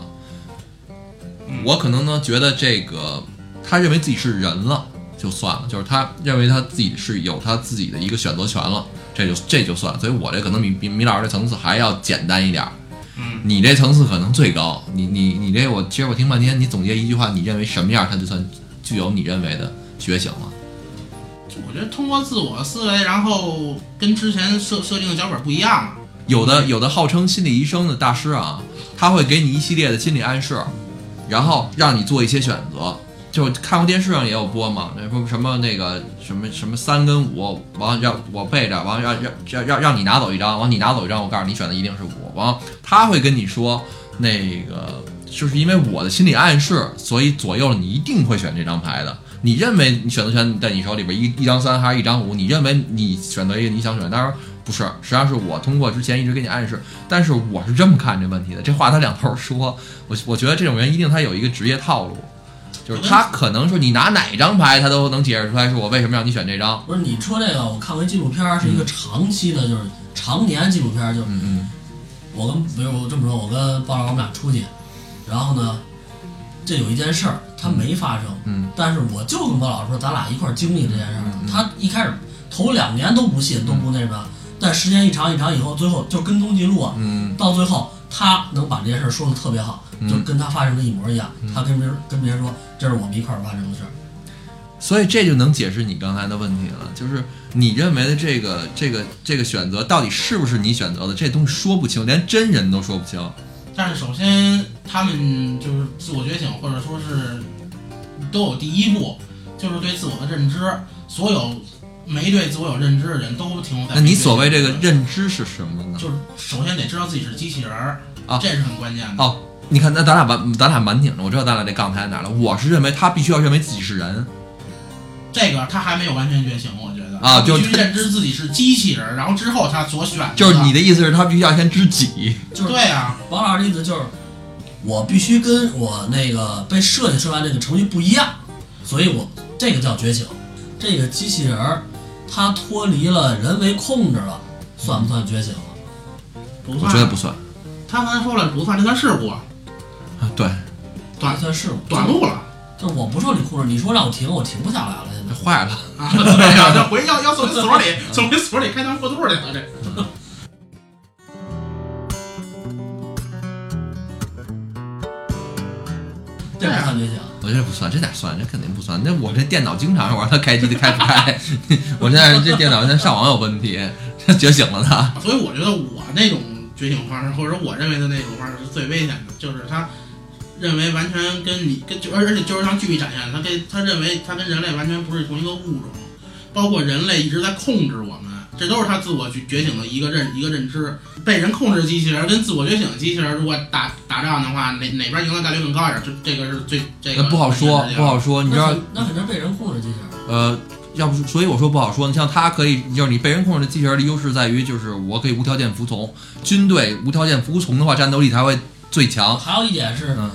嗯
我可能呢觉得这个，他认为自己是人了就算了，就是他认为他自己是有他自己的一个选择权了，这就这就算了。所以我这可能比比米老师这层次还要简单一点儿。
嗯，
你这层次可能最高，你你你这我其实我听半天，你总结一句话，你认为什么样，他就算具有你认为的觉醒了。
我觉得通过自我思维，然后跟之前设设定的脚本不一样了。
有的有的号称心理医生的大师啊，他会给你一系列的心理暗示，然后让你做一些选择。就看过电视上也有播嘛，那说什么那个什么什么三跟五，完了让我背着，完了让让让让让你拿走一张，完了你拿走一张，我告诉你选的一定是五。完了他会跟你说，那个就是因为我的心理暗示，所以左右了你一定会选这张牌的。你认为你选择权在你手里边一一张三还是一张五？你认为你选择一个你想选的，当然不是，实际上是我通过之前一直给你暗示，但是我是这么看这问题的。这话他两头说，我我觉得这种人一定他有一个职业套路，就是他可能说你拿哪张牌，他都能解释出来，是我为什么让你选这张。
不是你说这个，我看过一纪录片儿，是一个长期的，就是常年纪录片儿，就是
嗯嗯，
我跟比如我这么说，我跟包老师我们俩出去，然后呢，这有一件事儿他没发生，
嗯，
但是我就跟包老师说，咱俩一块儿经历这件事儿了
嗯嗯嗯嗯
他一开始头两年都不信，都不那什么，但时间一长一长以后，最后就跟踪记录啊，
嗯，
到最后他能把这件事儿说的特别好，
嗯
就跟他发生的一模一样。
嗯
他跟别人跟别人说，这是我们一块儿发生的事儿。
所以这就能解释你刚才的问题了，就是你认为的这个这个这个选择到底是不是你选择的，这东西说不清，连真人都说不清。
但是首先他们就是自我觉醒，或者说是都有第一步，就是对自我的认知。所有没对自我有认知的人都停留在
那啊你所谓
没
这
对
个
自我有
认知是什么呢
知，？就是首先得知道自己是机器人儿
啊
这是很关键的。
哦你看，那咱俩满咱俩满拧了，我知道咱俩这杠抬在哪儿了。我是认为他必须要认为自己是人，
这个他还没有完全觉醒，我觉得
啊就
必须认知自己是机器人儿，然后之后他所选择
就是你的意思是他必须要先知己。
就是
对啊，
王老师的意思就是，我必须跟我那个被设计出来那个程序不一样，所以我这个叫觉醒。这个机器人儿，它脱离了人为控制了，算不算觉醒了？
不
我
算。
觉得不算，
他刚才说了不算，这算事故，
啊对，
短
算是
短路了。
就是我不受你控制，你说让我停，我停不下来了。现在
坏了。
啊，对呀、这 回要要送回所里，送回所里开膛破肚去了，这。
这不算觉
对啊
醒。
我觉得不算，这哪算？这肯定不算。那我这电脑经常玩，它开机它开不 开？我现在这电脑现在上网有问题，觉醒了它。
所以我觉得我那种觉醒方式，或者说我认为的那种方式是最危险的，就是他认呃为完全跟你跟就而而且就是像剧里展现的，他跟他认为他跟人类完全不是同一个物种，包括人类一直在控制我们，这都是他自我觉觉醒的一个认一个认知。被人控制的机器人跟自我觉醒的机器人，如果打打仗的话，哪哪边赢的概率更高一点？这这个是最这个
那不好说，不好说。你知道
那，肯那肯定被人控制机器人。
呃，要不是所以我说不好说。你像他可以，就是你被人控制的机器人的优势在于，就是我可以无条件服从。军队无条件服从的话，战斗力才会最强。
还有一点是
嗯，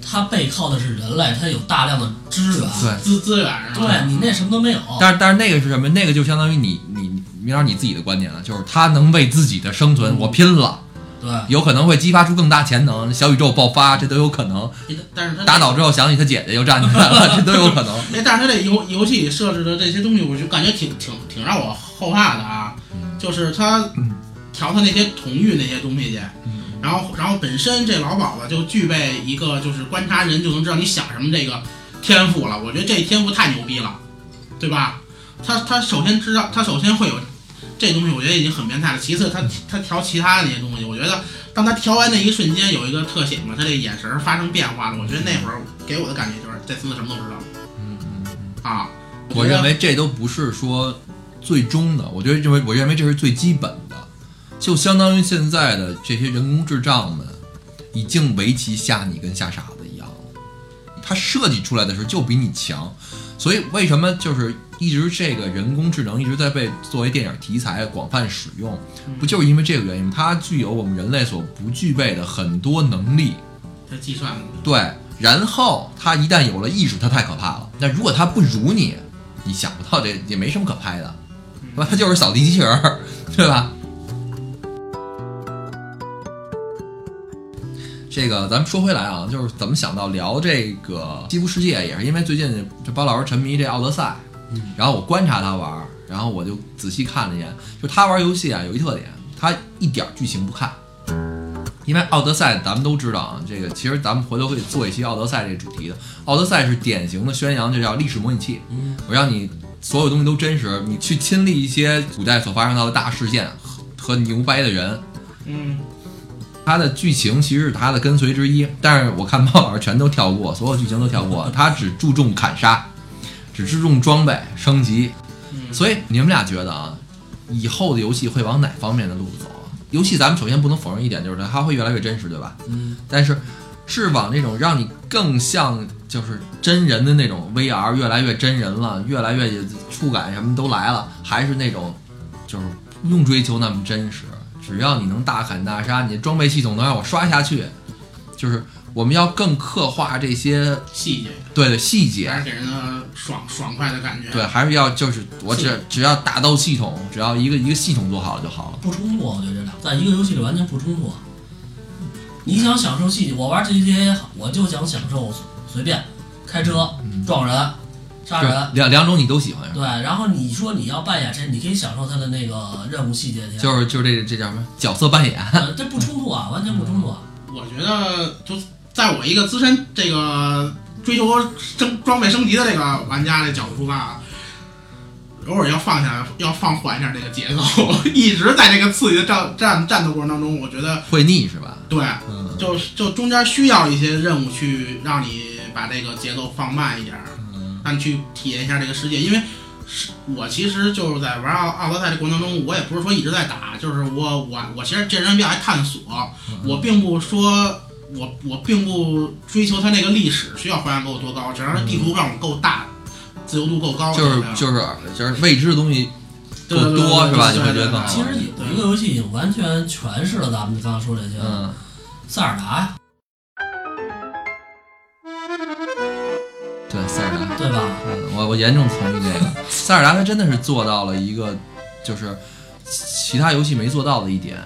它背靠的是人类，它有大量的资源。
对，
资资源是吧？
对你那什么都没有，
但是但是那个是什么？那个就相当于你你明儿你自己的观点了，就是他能为自己的生存，我拼了，
对，
有可能会激发出更大潜能，小宇宙爆发，这都有可能。
但是 他
打倒之后想起他姐姐又站起来了，这都有可能。
哎，但是它这游游戏里设置的这些东西，我就感觉挺挺挺让我后怕的啊。就是它调它那些同域那些东西去，然后然后本身这老鸨子就具备一个就是观察人就能知道你想什么这个天赋了。我觉得这天赋太牛逼了，对吧？他他首先
嗯
知道，他首先会有这东西，我觉得已经很变态了。其次，他他调其他的那些东西，我觉得当他调完那一瞬间，有一个特写嘛，他这眼神儿发生变化了。我觉得那会儿给我的感觉就是这孙子什么都不知道
嗯嗯嗯，
啊。
我
觉
认
得
为这都不是说最终的，我觉得认为我认为这是最基本的，就相当于现在的这些人工智障们已经围棋下你跟下傻子一样了，它设计出来的时候就比你强，所以为什么就是一直这个人工智能一直在被作为电影题材广泛使用，不就是因为这个原因吗？它具有我们人类所不具备的很多能力，
他计算的
对，然后他一旦有了意识，他太可怕了。那如果他不如你，你想不到这也没什么可拍的，对吧？他就是扫地机器人儿，对吧？这个咱们说回来啊，就是怎么想到聊这个《西部世界》，也是因为最近这包老师沉迷这《奥德赛》，然后我观察他玩儿，然后我就仔细看了一眼，就他玩游戏啊有一特点，他一点儿剧情不看。因为《奥德赛》咱们都知道啊，这个其实咱们回头可以做一期《奥德赛》这主题的。《奥德赛》是典型的宣扬这叫历史模拟器，
嗯
我让你所有东西都真实，你去亲历一些古代所发生到的大事件和和牛掰的人。
嗯，
它的剧情其实是它的跟随之一，但是我看猫老师全都跳过，所有剧情都跳过，他只注重砍杀， 只注重装备升级。
嗯
所以你们俩觉得啊，以后的游戏会往哪方面的路走啊？游戏咱们首先不能否认一点，就是它会越来越真实，对吧？
嗯，
但是是往那种让你更像就是真人的那种 VR，越来越真人了，越来越触感什么都来了，还是那种就是不用追求那么真实，只要你能大砍大杀，你的装备系统能让我刷下去，就是我们要更刻画这些
细节
对的细节
还，是给人的爽爽快的感觉。
对，，还是要就是我只只要打斗系统，只要一个一个系统做好了就好了。
不冲突，啊我觉得这俩在一个游戏里完全不冲突。啊你想享受细节，我玩 GTA，我就想享受随便开车撞人、杀人，
对，两两种你都喜欢嗯是吧？
对。然后你说你要扮演谁，你可以享受他的那个任务细节去，
就是就是这这叫什么角色扮演？
呃这不冲突啊，完全不冲突啊。
我觉得就在我一个资深这个追求升装备升级的这个玩家的角度出发啊，偶尔要放下，要放缓一下这个节奏， 一直在这个刺激的战战战斗过程当中，我觉得
会腻是吧？
对，
嗯，
就就中间需要一些任务去让你把这个节奏放慢一点儿，让你去体验一下这个世界。因为是我其实就是在玩奥奥德赛的过程中，我也不是说一直在打，就是我我我其实这人比较爱探索，我并不说。我我并不追求它那个历史需要还原给我多高，只要是地图让我够大，自由度够高
就
行
是
了
就是就是未知的东西
对对
够
对
多
对
是吧？
对
你会觉得
对
更
对
其
好
实。有一个游戏已经完全诠释了咱们刚才说这些，
嗯，
塞尔达呀，
对，塞尔达，
对吧？
嗯，我我严重同意这个。塞尔达他真的是做到了一个，就是其他游戏没做到的一点。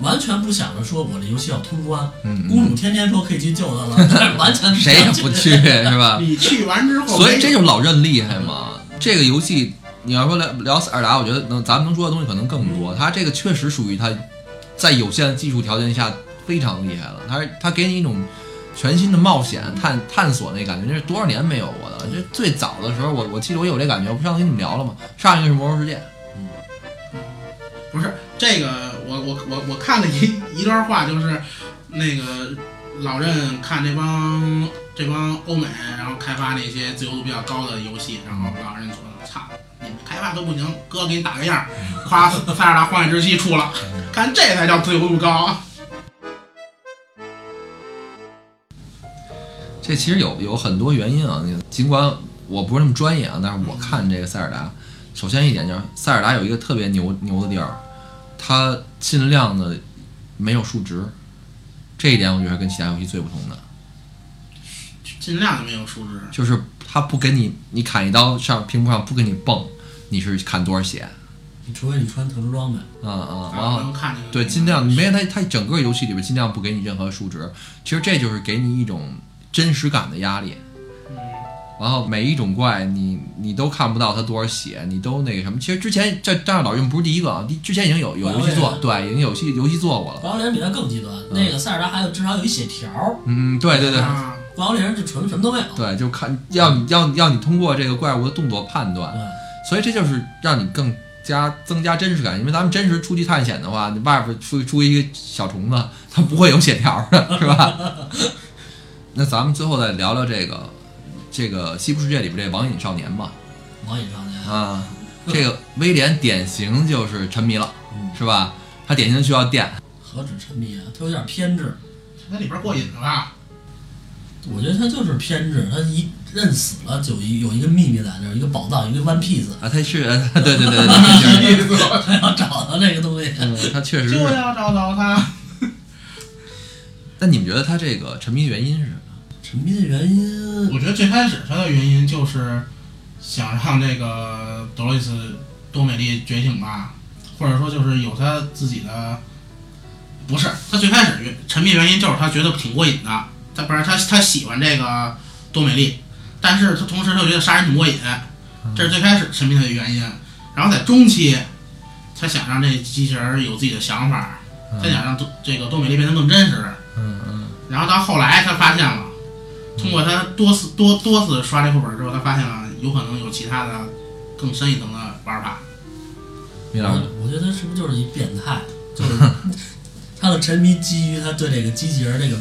完全不想着说我这游戏要通关，
嗯，
公主天天说可以去救她了，但是完全不想
谁也不 去是吧？
你去完之后没有，
所以这就是老任厉害嘛。这个游戏你要说聊聊塞尔达，我觉得能咱们能说的东西可能更多。它这个确实属于它在有限的技术条件下非常厉害了。它它给你一种全新的冒险探探索那感觉，这是多少年没有过的。这最早的时候，我我记得我有这感觉，我上次跟你们聊了嘛。上一个是魔兽世界，
不是这个，我我我我看了一一段话，就是那个老任看这帮这帮欧美，然后开发那些自由度比较高的游戏，然后老任说：“操，你们开发都不行，哥给你打个样儿。”
嗯
夸塞尔达荒野之息出了，看这才叫自由度高啊！
这其实有有很多原因啊。那个尽管我不是那么专业啊，但是我看这个塞尔达，首先一点就是塞尔达有一个特别牛牛的地儿，它尽量的没有数值，这一点我觉得是跟其他游戏最不同的，
尽量就没有数值，
就是它不给你你砍一刀上屏幕上不给你蹦，你是砍多少血，
除非你穿特殊装备，
嗯嗯，
然
然后
后能看见
对，尽量没有它，它整个游戏里边尽量不给你任何数值，其实这就是给你一种真实感的压力。然后每一种怪你你都看不到它多少血，你都那个什么。其实之前这张老任不是第一个啊，第之前已经有有游戏做，对，已经有戏游戏做过了。
怪物猎人比他更极端。那个塞尔达还有至少有一血条，
嗯，对对对
啊，
怪物猎人就纯什么都没有。
对，就看要你要要你通过这个怪物的动作判断，
对，
所以这就是让你更加增加真实感，因为咱们真实出去探险的话，你外边出出一个小虫子，它不会有血条的，是吧？ 那咱们最后再聊聊这个这个《西部世界》里边这网瘾少年吧，
网瘾少年，
啊，这个威廉典型就是沉迷了，
嗯
是吧？他典型需要电，
何止沉迷啊，他有点偏执。
那里边过瘾了吧？
我觉得他就是偏执，他一认死了就有一有一个秘密在那儿，一个宝藏，一个 one piece，
啊，他是 对对对对对，
意思
他要找到这个东西。
就是他确实。
嗯就是要找到他。
那你们觉得他这个沉迷的原因是什么？
沉迷的原因，
我觉得最开始他的原因就是想让这个德罗伊斯多美丽觉醒吧，或者说就是有他自己的，不是他最开始原沉迷原因就是他觉得挺过瘾的，他不是他他喜欢这个多美丽，但是他同时他又觉得杀人挺过瘾，
嗯
这是最开始沉迷他的原因。然后在中期，他想让这机器人儿有自己的想法，他想让多这个多美丽变得更真实。
嗯嗯
然后到后来他发现了，通过他多次多多次刷这副本之后，他发现了有可能有其他的更深一层的玩法。
嗯，米老师，
我我觉得他是不是就是一变态？就是他的沉迷基于他对这个机器人这个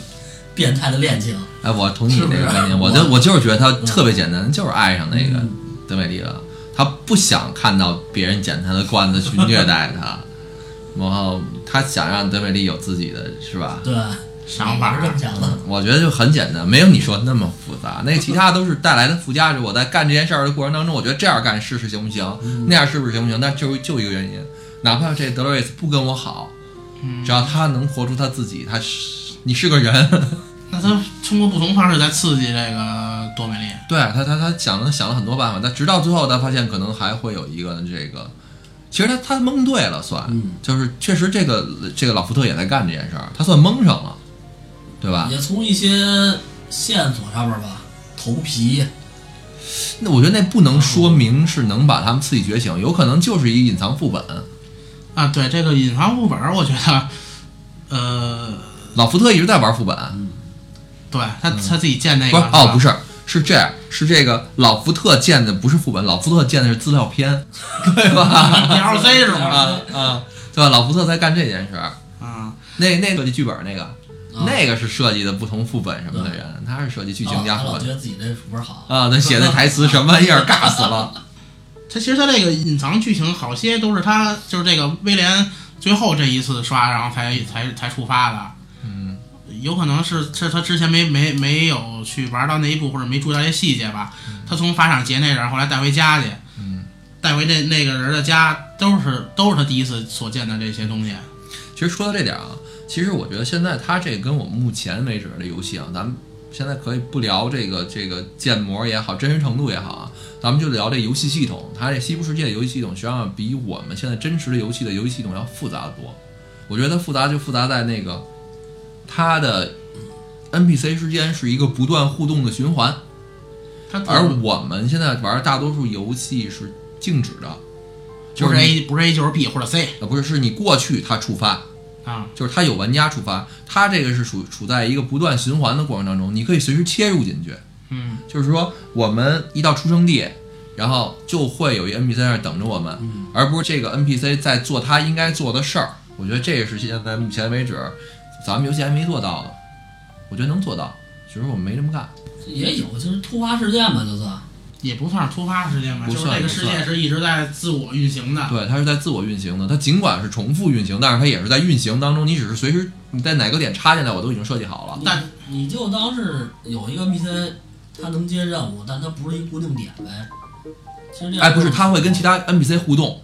变态的恋情。
哎，我同意你
是不
这
是嗯
个观点，我
我
就我就是觉得他特别简单，就是爱上那个德美丽了，他不想看到别人捡他的罐子去虐待 他，然后他想让德美丽有自己的是吧？
对，
想
我
法
是这么想的。
我觉得就很简单，没有你说那么复杂。那其他都是带来的附加值。我在干这件事儿的过程当中，我觉得这样干试试行不行，
嗯
那样试不是行不行？那就就一个原因，哪怕这德瑞斯不跟我好，只要他能活出他自己，他是你是个人，
那他通过不同方式在刺激这个多美丽。
对他他他想了想了很多办法，但直到最后他发现可能还会有一个这个，其实他他蒙对了算，
嗯
就是确实这个这个老福特也在干这件事儿，他算蒙上了，对吧？
也从一些线索上面吧，头皮，
那我觉得那不能说明是能把他们刺激觉醒，有可能就是一隐藏副本。
啊，对这个隐藏副本，我觉得，呃，
老福特一直在玩副本，
嗯
对他他自己建那
嗯不
个
是哦，不
是
是，是这样，是这个老福特建的不是副本，老福特建的是资料片，对吧？
DLC 是
啊
吗？
啊，对吧？老福特在干这件事儿，
啊，
那那设计剧本那个，
啊
那个是设计的不同副本什么的人，他是设计剧情加
啊他
副
老觉
本
得自己这不是好，嗯
啊，他写那台词什么玩意儿，尬死 了。
他其实他这个隐藏剧情好些都是他就是这个威廉最后这一次刷，然后才才才触发的。
嗯，
有可能是是他之前没没没有去玩到那一步，或者没注意到这些细节吧。他从法赏劫那人，后来带回家去，
嗯，
带回那那个人的家，都是都是他第一次所见的这些东西。
其实说到这点啊，其实我觉得现在它这跟我目前为止的游戏啊，咱们现在可以不聊这个这个建模也好，真实程度也好啊，咱们就聊这游戏系统。它这《西部世界》的游戏系统实际上比我们现在真实的游戏的游戏系统要复杂得多。我觉得它复杂就复杂在那个它的 NPC 之间是一个不断互动的循环，
他
而我们现在玩大多数游戏是静止的，就
不
是
是
你
A 不是 A 就是 B 或者 C
呃不是是你过去它触发，
啊，
就是它有玩家触发，它这个是处处在一个不断循环的过程当中，你可以随时切入进去。
嗯，
就是说，我们一到出生地，然后就会有一 NPC 在那儿等着我们，
嗯
而不是这个 NPC 在做他应该做的事儿。我觉得这也是现在目前为止咱们游戏还没做到的，我觉得能做到，只是我们没这么干。
也有就是突发事件吧，就算
啊
也不算是突发事件吧，
不
就
算
是这个世
不算
界是一直在自我运行的。
对，它是在自我运行的，它尽管是重复运行，但是它也是在运行当中。你只是随时你在哪个点插进来，我都已经设计好了。
但
你就当是有一个 NPC，他能接任务，但他不是一固定点呗。其实这样
哎，不是，它会跟其他 NPC 互动，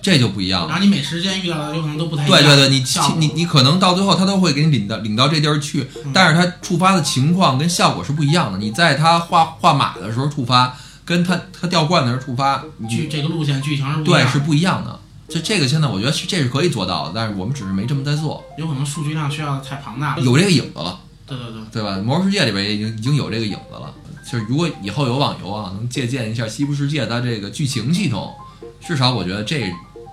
这就不一样了
然。后你每时间遇到的有可能都不太一样
对对对，你
效果
你你可能到最后他都会给你领到领到这地儿去
嗯，
但是它触发的情况跟效果是不一样的。你在它画画马的时候触发，跟他他掉罐子的时候触发，
剧这个路线剧情是不一
对
样
是不一样的。这这个现在我觉得是这是可以做到的，但是我们只是没这么在做。
有可能数据量需要太庞大了。
有这个影子了，
对对对，
对吧？魔兽世界里边已经已经有这个影子了。就是如果以后有网游啊，能借鉴一下西部世界它这个剧情系统，至少我觉得这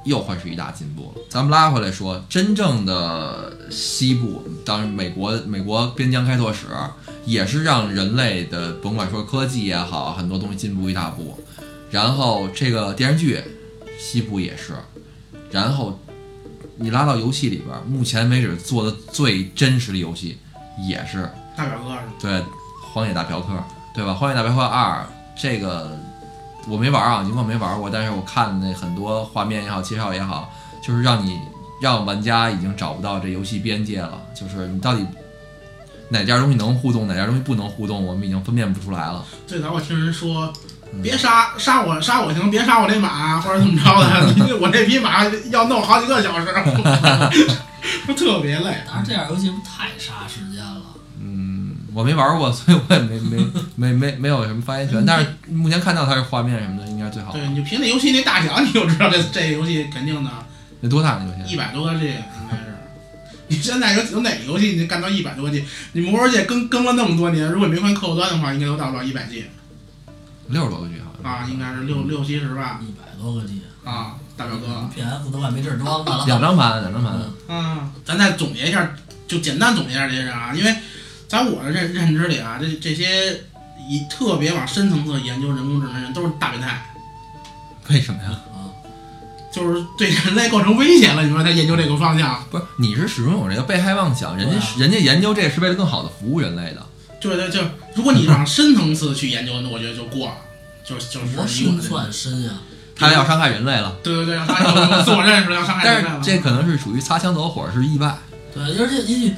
又会是一大进步了。咱们拉回来说，真正的西部，当然美国美国边疆开拓史也是让人类的甭管说科技也好，很多东西进步一大步。然后这个电视剧西部也是。然后你拉到游戏里边儿，目前为止做的最真实的游戏也是
大表哥是吗？
对《荒野大镖客》，对吧？《荒野大镖客二》这个我没玩啊，尽管没玩过，但是我看那很多画面也好，介绍也好，就是让你让玩家已经找不到这游戏边界了，就是你到底哪件东西能互动，哪件东西不能互动，我们已经分辨不出来了。
最早我听人说，别杀杀我杀我行，别杀我这马啊或者怎么着的，我这匹马要弄好几个小时， 特别累。
当然，这样游戏不太杀时间了。
嗯，我没玩过，所以我也没没没没没有什么发言权。但是目前看到它是画面什么的，应该是最好的。
嗯对，你就凭那游戏那大小，你就知道这这游戏肯定的，
那多大的游戏
一？百多个 G 应该是。你现在有有哪个游戏你干到一百多个 G？你魔兽界更更了那么多年，如果没换客户端的话，应该都到不了一百 G
六十多个 G 好像。
啊，应该是六六七十吧
一百多个 G，
啊，大表哥。
PS 都快没地儿 装的了。
两张盘，两张盘。
嗯
啊，咱再总结一下，就简单总结一下这些人啊，因为在我的认认知里啊，这这些以特别往深层次研究人工智能的人都是大变态，
为什么呀？
啊，
就是对人类构成威胁了。你说他研究这个方向，
不是，你是始终有这个被害妄想，人家、
对啊啊
人家研究这是为了更好的服务人类的。
对对，就如果你往深层次去研究，那我觉得就过了，就
嗯
就是
多
一
深
个
算深呀！
他要伤害人类了，
对对对，让他有自我认识了，要伤害
但
人类了
是这可能是属于擦枪走火，是意外。
对，而且也许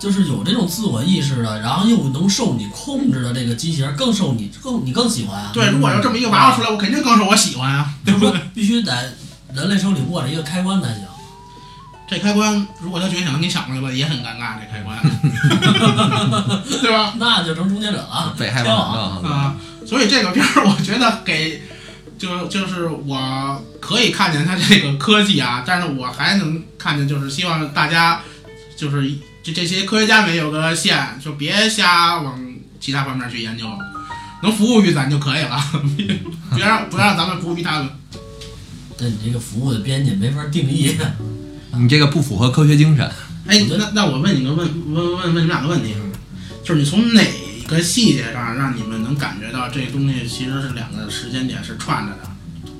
就是有这种自我意识的，然后又能受你控制的这个机器人更受你更你更喜欢啊。
对，如果要这么一个
嗯
娃娃出来，我肯定更受我喜欢啊，对
就是
不对
说？必须得人类手里握着一个开关才行。
这开关如果他觉得想能给你抢过来吧，也很尴尬，这开 关， 对吧？
那就成终结者了，
被害
天
妄
网
想症，
啊，所以这个片儿我觉得给，就就是我可以看见它这个科技啊，但是我还能看见，就是希望大家就是这这些科学家们有个线，就别瞎往其他方面去研究，能服务于咱就可以了， 别让不让咱们服务于他们。
对你这个服务的边界没法定义。
你这个不符合科学精神。
哎，那那我问你个问问问问你们两个问题，啊就是你从哪个细节上让你们能感觉到这东西其实是两个时间点是串着的，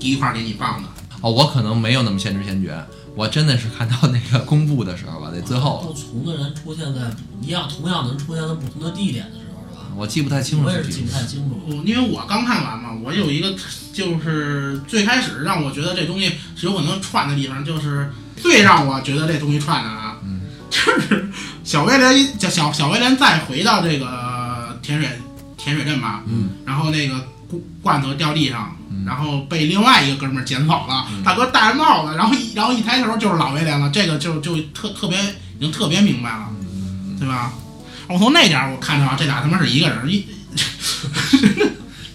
一块儿给你放的？
哦，我可能没有那么先知先觉，我真的是看到那个公布的时候吧，得最后了，
不同的人出现在不一样，同样的人出现在不同的地点的时候，是吧？
我记不太清楚
我也
具
是记
体
不。太清楚。
我哦因为我刚看完嘛，我有一个就是最开始让我觉得这东西是有可能串的地方，就是最让我觉得这东西串的啊，
嗯
就是小威廉小小小威廉再回到这个甜水甜水镇嘛，
嗯
然后那个罐罐头掉地上
嗯。
然后被另外一个哥们儿捡走了，
嗯
大哥戴着帽子，然后一然后一抬头就是老威廉了，这个就就特特别已经特别明白了，
嗯
对吧？我从那点儿我看出啊来这俩他妈是一个人，一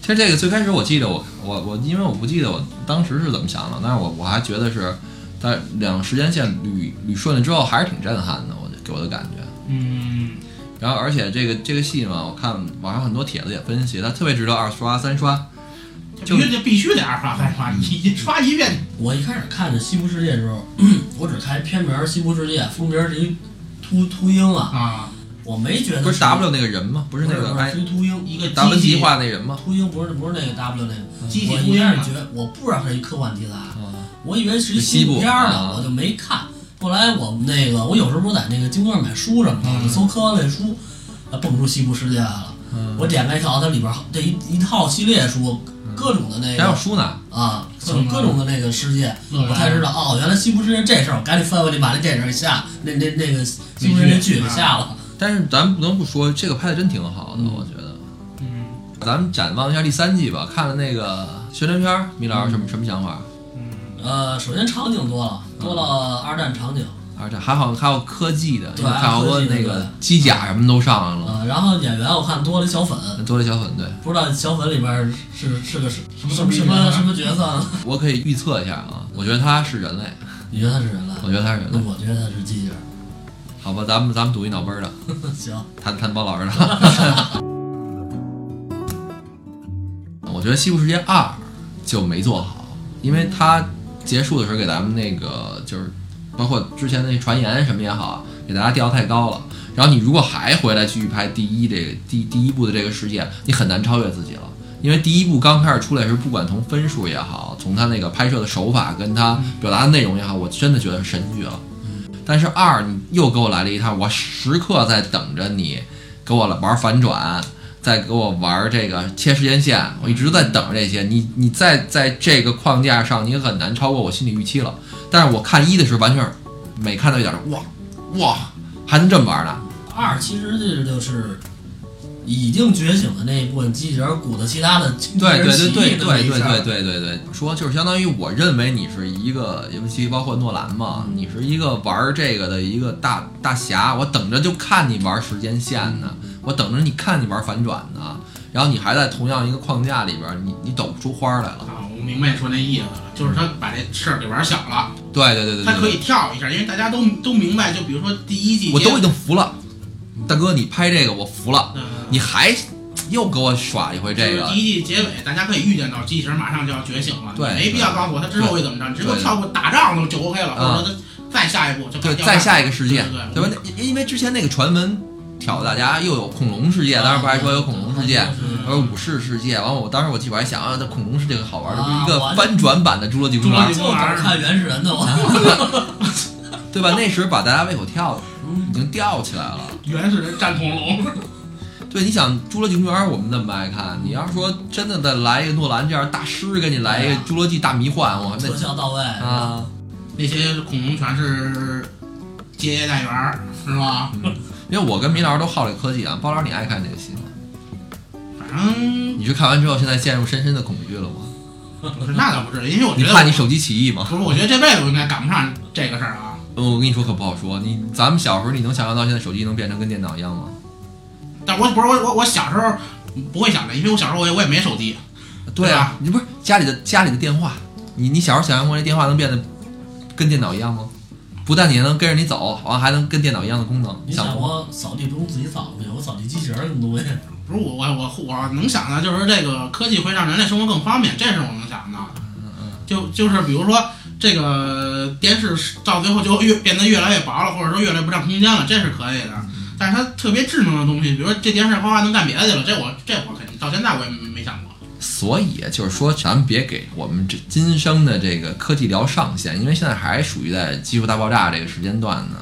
其实这个最开始我记得我我我，因为我不记得我当时是怎么想的，但是我我还觉得是，它两个时间线捋捋顺了之后，还是挺震撼的，我就给我的感觉。
嗯，
然后而且这个这个戏嘛，我看网上很多帖子也分析，它特别值得二刷三刷。
必须这必须得二刷三刷，
嗯
你刷一遍
我一开始看这《西部世界》的时候， 我只看片名儿《西部世界》，书名儿是一秃秃鹰啊，
啊，
我没觉得
不是 W 那个人吗？不
不
是那个
不
哎
是，一秃鹰，
一个
达芬奇
机器
画那人吗？
秃鹰不是不是那个 W 那
嗯
个，
机器
我
秃
一
鹰
开
啊
始觉得我不知道它是一科幻题材，
啊，
我以为是一
是西部
部片儿
啊
呢，我就没看。后来我们那个，我有时候不是在那个京东上买书什么的，我就搜科幻类书，啊，蹦出《西部世界》来了。我点开一条，它里边儿这一一套系列书，各种的那
还有
个
书呢，
啊，
各种
各种的那个世界。我才知道哦，原来西部世界这事儿，我赶紧翻翻去把那电影给下，那那那个西部世界剧给下了。
但是咱不能不说，这个拍的真挺好的，
嗯
我觉得。
嗯
咱们展望一下第三季吧，看了那个宣传片儿，米老师什么什么想法？
嗯，
呃，首先场景多了，多了二战场景，
而且还好，还有科技的，
嗯对
看好多那
科技
个
的
机甲什么都上来了，
呃，然后演员我看多了小粉，
多了小粉队。
不知道小粉里边是是个什什么什么什么角啊色？
我可以预测一下啊，我觉得他是人类，
你觉得他是人类？
我觉得他是人
那
类。
我觉得他是机器人。
好吧，咱们咱们赌一脑门儿的，
行，
谈谈包老师的。 我觉得《西部世界二》就没做好，因为它结束的时候给咱们那个就是，包括之前那传言什么也好，给大家调得太高了。然后你如果还回来继续拍第一这个第第一部的这个世界，你很难超越自己了。因为第一部刚开始出来时，不管从分数也好，从他那个拍摄的手法跟他表达的内容也好，我真的觉得是神剧了。但是二，你又给我来了一趟，我时刻在等着你给我玩反转，再给我玩这个切时间线，我一直在等着这些。你你再在这个框架上，你很难超过我心理预期了。但是我看一的时候，完全是每看到一点儿，哇哇，还能这么玩呢？
二其实这就是已经觉醒的那一部分机器人鼓捣其他的精
对对对对对
对
对对对对对，说就是相当于我认为你是一个，尤其包括诺兰嘛，
嗯
你是一个玩这个的一个大大侠，我等着就看你玩时间线呢，
嗯
我等着你看你玩反转呢，然后你还在同样一个框架里边儿，你你抖不出花儿来了。
啊，我明白你说那意思了，就是他把这事儿给玩小了，
对对对对对，
他可以跳一下，因为大家都都明白，就比如说第一季
对，我都已经服了，大哥你拍这个我服了，
嗯
你还又给我耍一回这
就
个
是，第一季结尾，大家可以预见到机器人马上就要觉醒了，
对
你没必要告诉我他之后会怎么着，你直接
对
跳过打仗都就 OK 了，
嗯
或者说他再下一步就
对，
干掉
再
他
下一个世界，
对
对吧？那因因为之前那个传闻挑大家又有恐龙世界，
啊
当时不还说有恐龙世界，
啊
还有武士世界。完，了，我当时我记得我还想啊，那恐龙世界可好玩，这不是
啊
一个
我
翻转版的侏罗纪公
侏罗
园
我，就等看原始人的我，
对吧？那时把大家胃口跳
嗯
已经吊起来了。
原始人战恐龙，
对，你想《侏罗纪公园》，我们那么爱看，你要说真的再来一个诺兰这样大师给你来一个
哎
啊
呀
《侏罗纪大迷幻》，我
特
那
效到位，
啊，
那些恐龙全是接业带员儿是吧？
因为我跟米老师都好这科技啊，包老师你爱看这个戏吗？
反正
你去看完之后，现在陷入深深的恐惧了吗？
不是那倒不是，因为我
你
觉
怕
得
你手机起义吗？
不是，我觉得这辈子我应该赶不上这个事儿啊。
嗯，我跟你说可不好说，你咱们小时候你能想象到现在手机能变成跟电脑一样吗？
但我不是我我我小时候不会想的，因为我小时候我也我也没手机，
对
对啊
啊，你不是家里的家里的电话，你你小时候想象过这电话能变得跟电脑一样吗？不但你能跟着你走，完还能跟电脑一样的功能，
你
想
想
过吗？
我扫地不用自己扫吗？有个扫地机器人儿这么多呀？
不是我我我我能想的，就是这个科技会让人类生活更方便，这是我能想的。
嗯
就就是比如说这个电视到最后就越变得越来越薄了，或者说越来越不占空间了，这是可以的。
嗯
但是它特别智能的东西，比如说这电视哗哗能干别的去了，这我这我肯定到现在我也没没想过。
所以就是说，咱们别给我们这今生的这个科技聊上限，因为现在还属于在技术大爆炸这个时间段呢，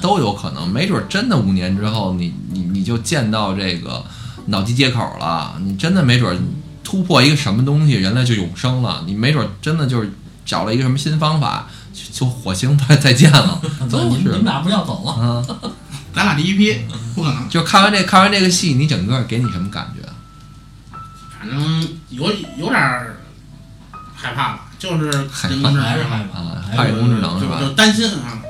都有可能，没准真的五年之后你，你你就见到这个脑机接口了，你真的没准突破一个什么东西，人类就永生了，你没准真的就是找了一个什么新方法，就就火星再再见 了，
你
都
们你
是
们俩不是要走吗？
嗯，
咱俩第一批，
嗯
不可能。
就看完这看完这个戏，你整个给你什么感觉？
反正有有点儿害怕吧，就是人工智
还是
能
害怕
啊
还是
怕人工智能是吧
就就担心啊。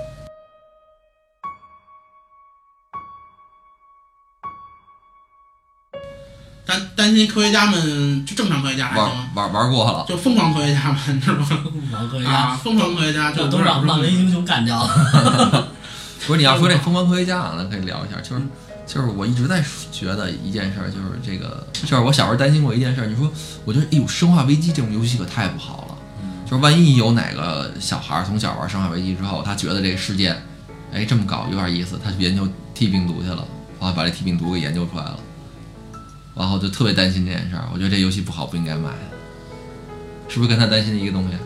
担担心科学家们，就正常科学家还
玩
行，
玩玩过了。
就疯狂科学家们是吧？
王科学家，
啊，疯狂科学家就
这都让漫威英雄干掉了。
不是你要说这疯狂科学家啊，咱可以聊一下，
嗯
就是就是我一直在觉得一件事儿，就是这个，就是我小时候担心过一件事儿，你说我觉得，哎呦，生化危机这种游戏可太不好了，
嗯
就是万一有哪个小孩儿从小玩生化危机之后，他觉得这个世界，哎，这么搞有点意思，他去研究 T 病毒去了，然后把这 T 病毒给研究出来了，然后就特别担心这件事儿，我觉得这游戏不好，不应该买，是不是跟他担心的一个东西？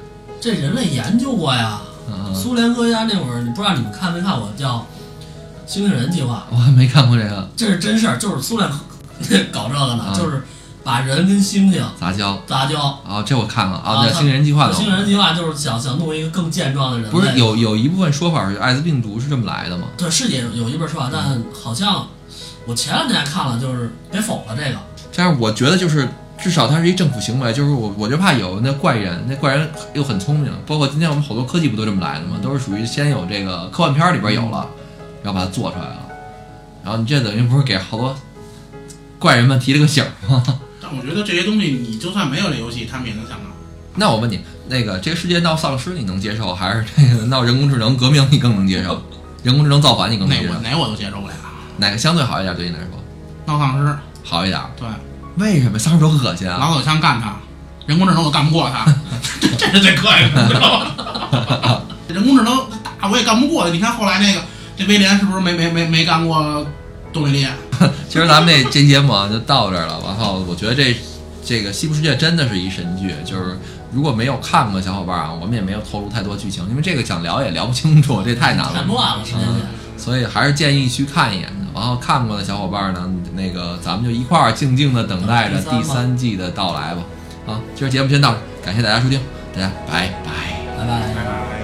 这人类研究过呀，
嗯嗯，
苏联科学家那会儿，你不知道你们看没看我叫《星星人计划
我还没看过这个》，
这是真事儿，就是苏联搞这个
啊
呢，就是把人跟猩猩
杂交。
杂交。
啊，这我看了啊，
啊
那《星人计划》的，
星人计划就是想想弄一个更健壮的人类，
不是有有一部分说法是艾滋病毒是这么来的吗？
对是也有一本说法，但
嗯
好像我前两天还看了，就是给否了这个。
但是我觉得就是至少它是一政府行为，就是我我就怕有那怪人，那怪人又很聪明，包括今天我们好多科技不都这么来的吗？都是属于先有这个科幻片里边有了，然后把它做出来了，然后你这等于不是给好多怪人们提了个醒儿吗？
但我觉得这些东西，你就算没有这游戏，他们也能想到。
那我问你，那个这个世界闹丧尸你能接受，还是这个闹人工智能革命你更能接受？人工智能造反你更能
哪
接受
我？哪我都接受不了，
哪个相对好一点对你来说？
闹丧尸，
好一点儿？
对，
为什么丧尸多恶心啊？
老走枪干他，人工智能我干不过他，这这是最可以的，你知道吗？人工智能打我也干不过他。你看后来那个这威廉是不是没没没没干过杜美丽？
其实咱们这这节目啊就到这儿了，然后我觉得这这个《西部世界》真的是一神剧，就是如果没有看过的小伙伴啊，我们也没有透露太多剧情，因为这个想聊也聊不清楚，这太难了，
太 乱了，时间线。
所以还是建议去看一眼的。然后看过的小伙伴呢，那个咱们就一块儿静静的等待着
等
第
第三
三季的到来吧。啊，今儿节目先到这儿，感谢大家收听，大家拜拜。
拜拜。
拜拜。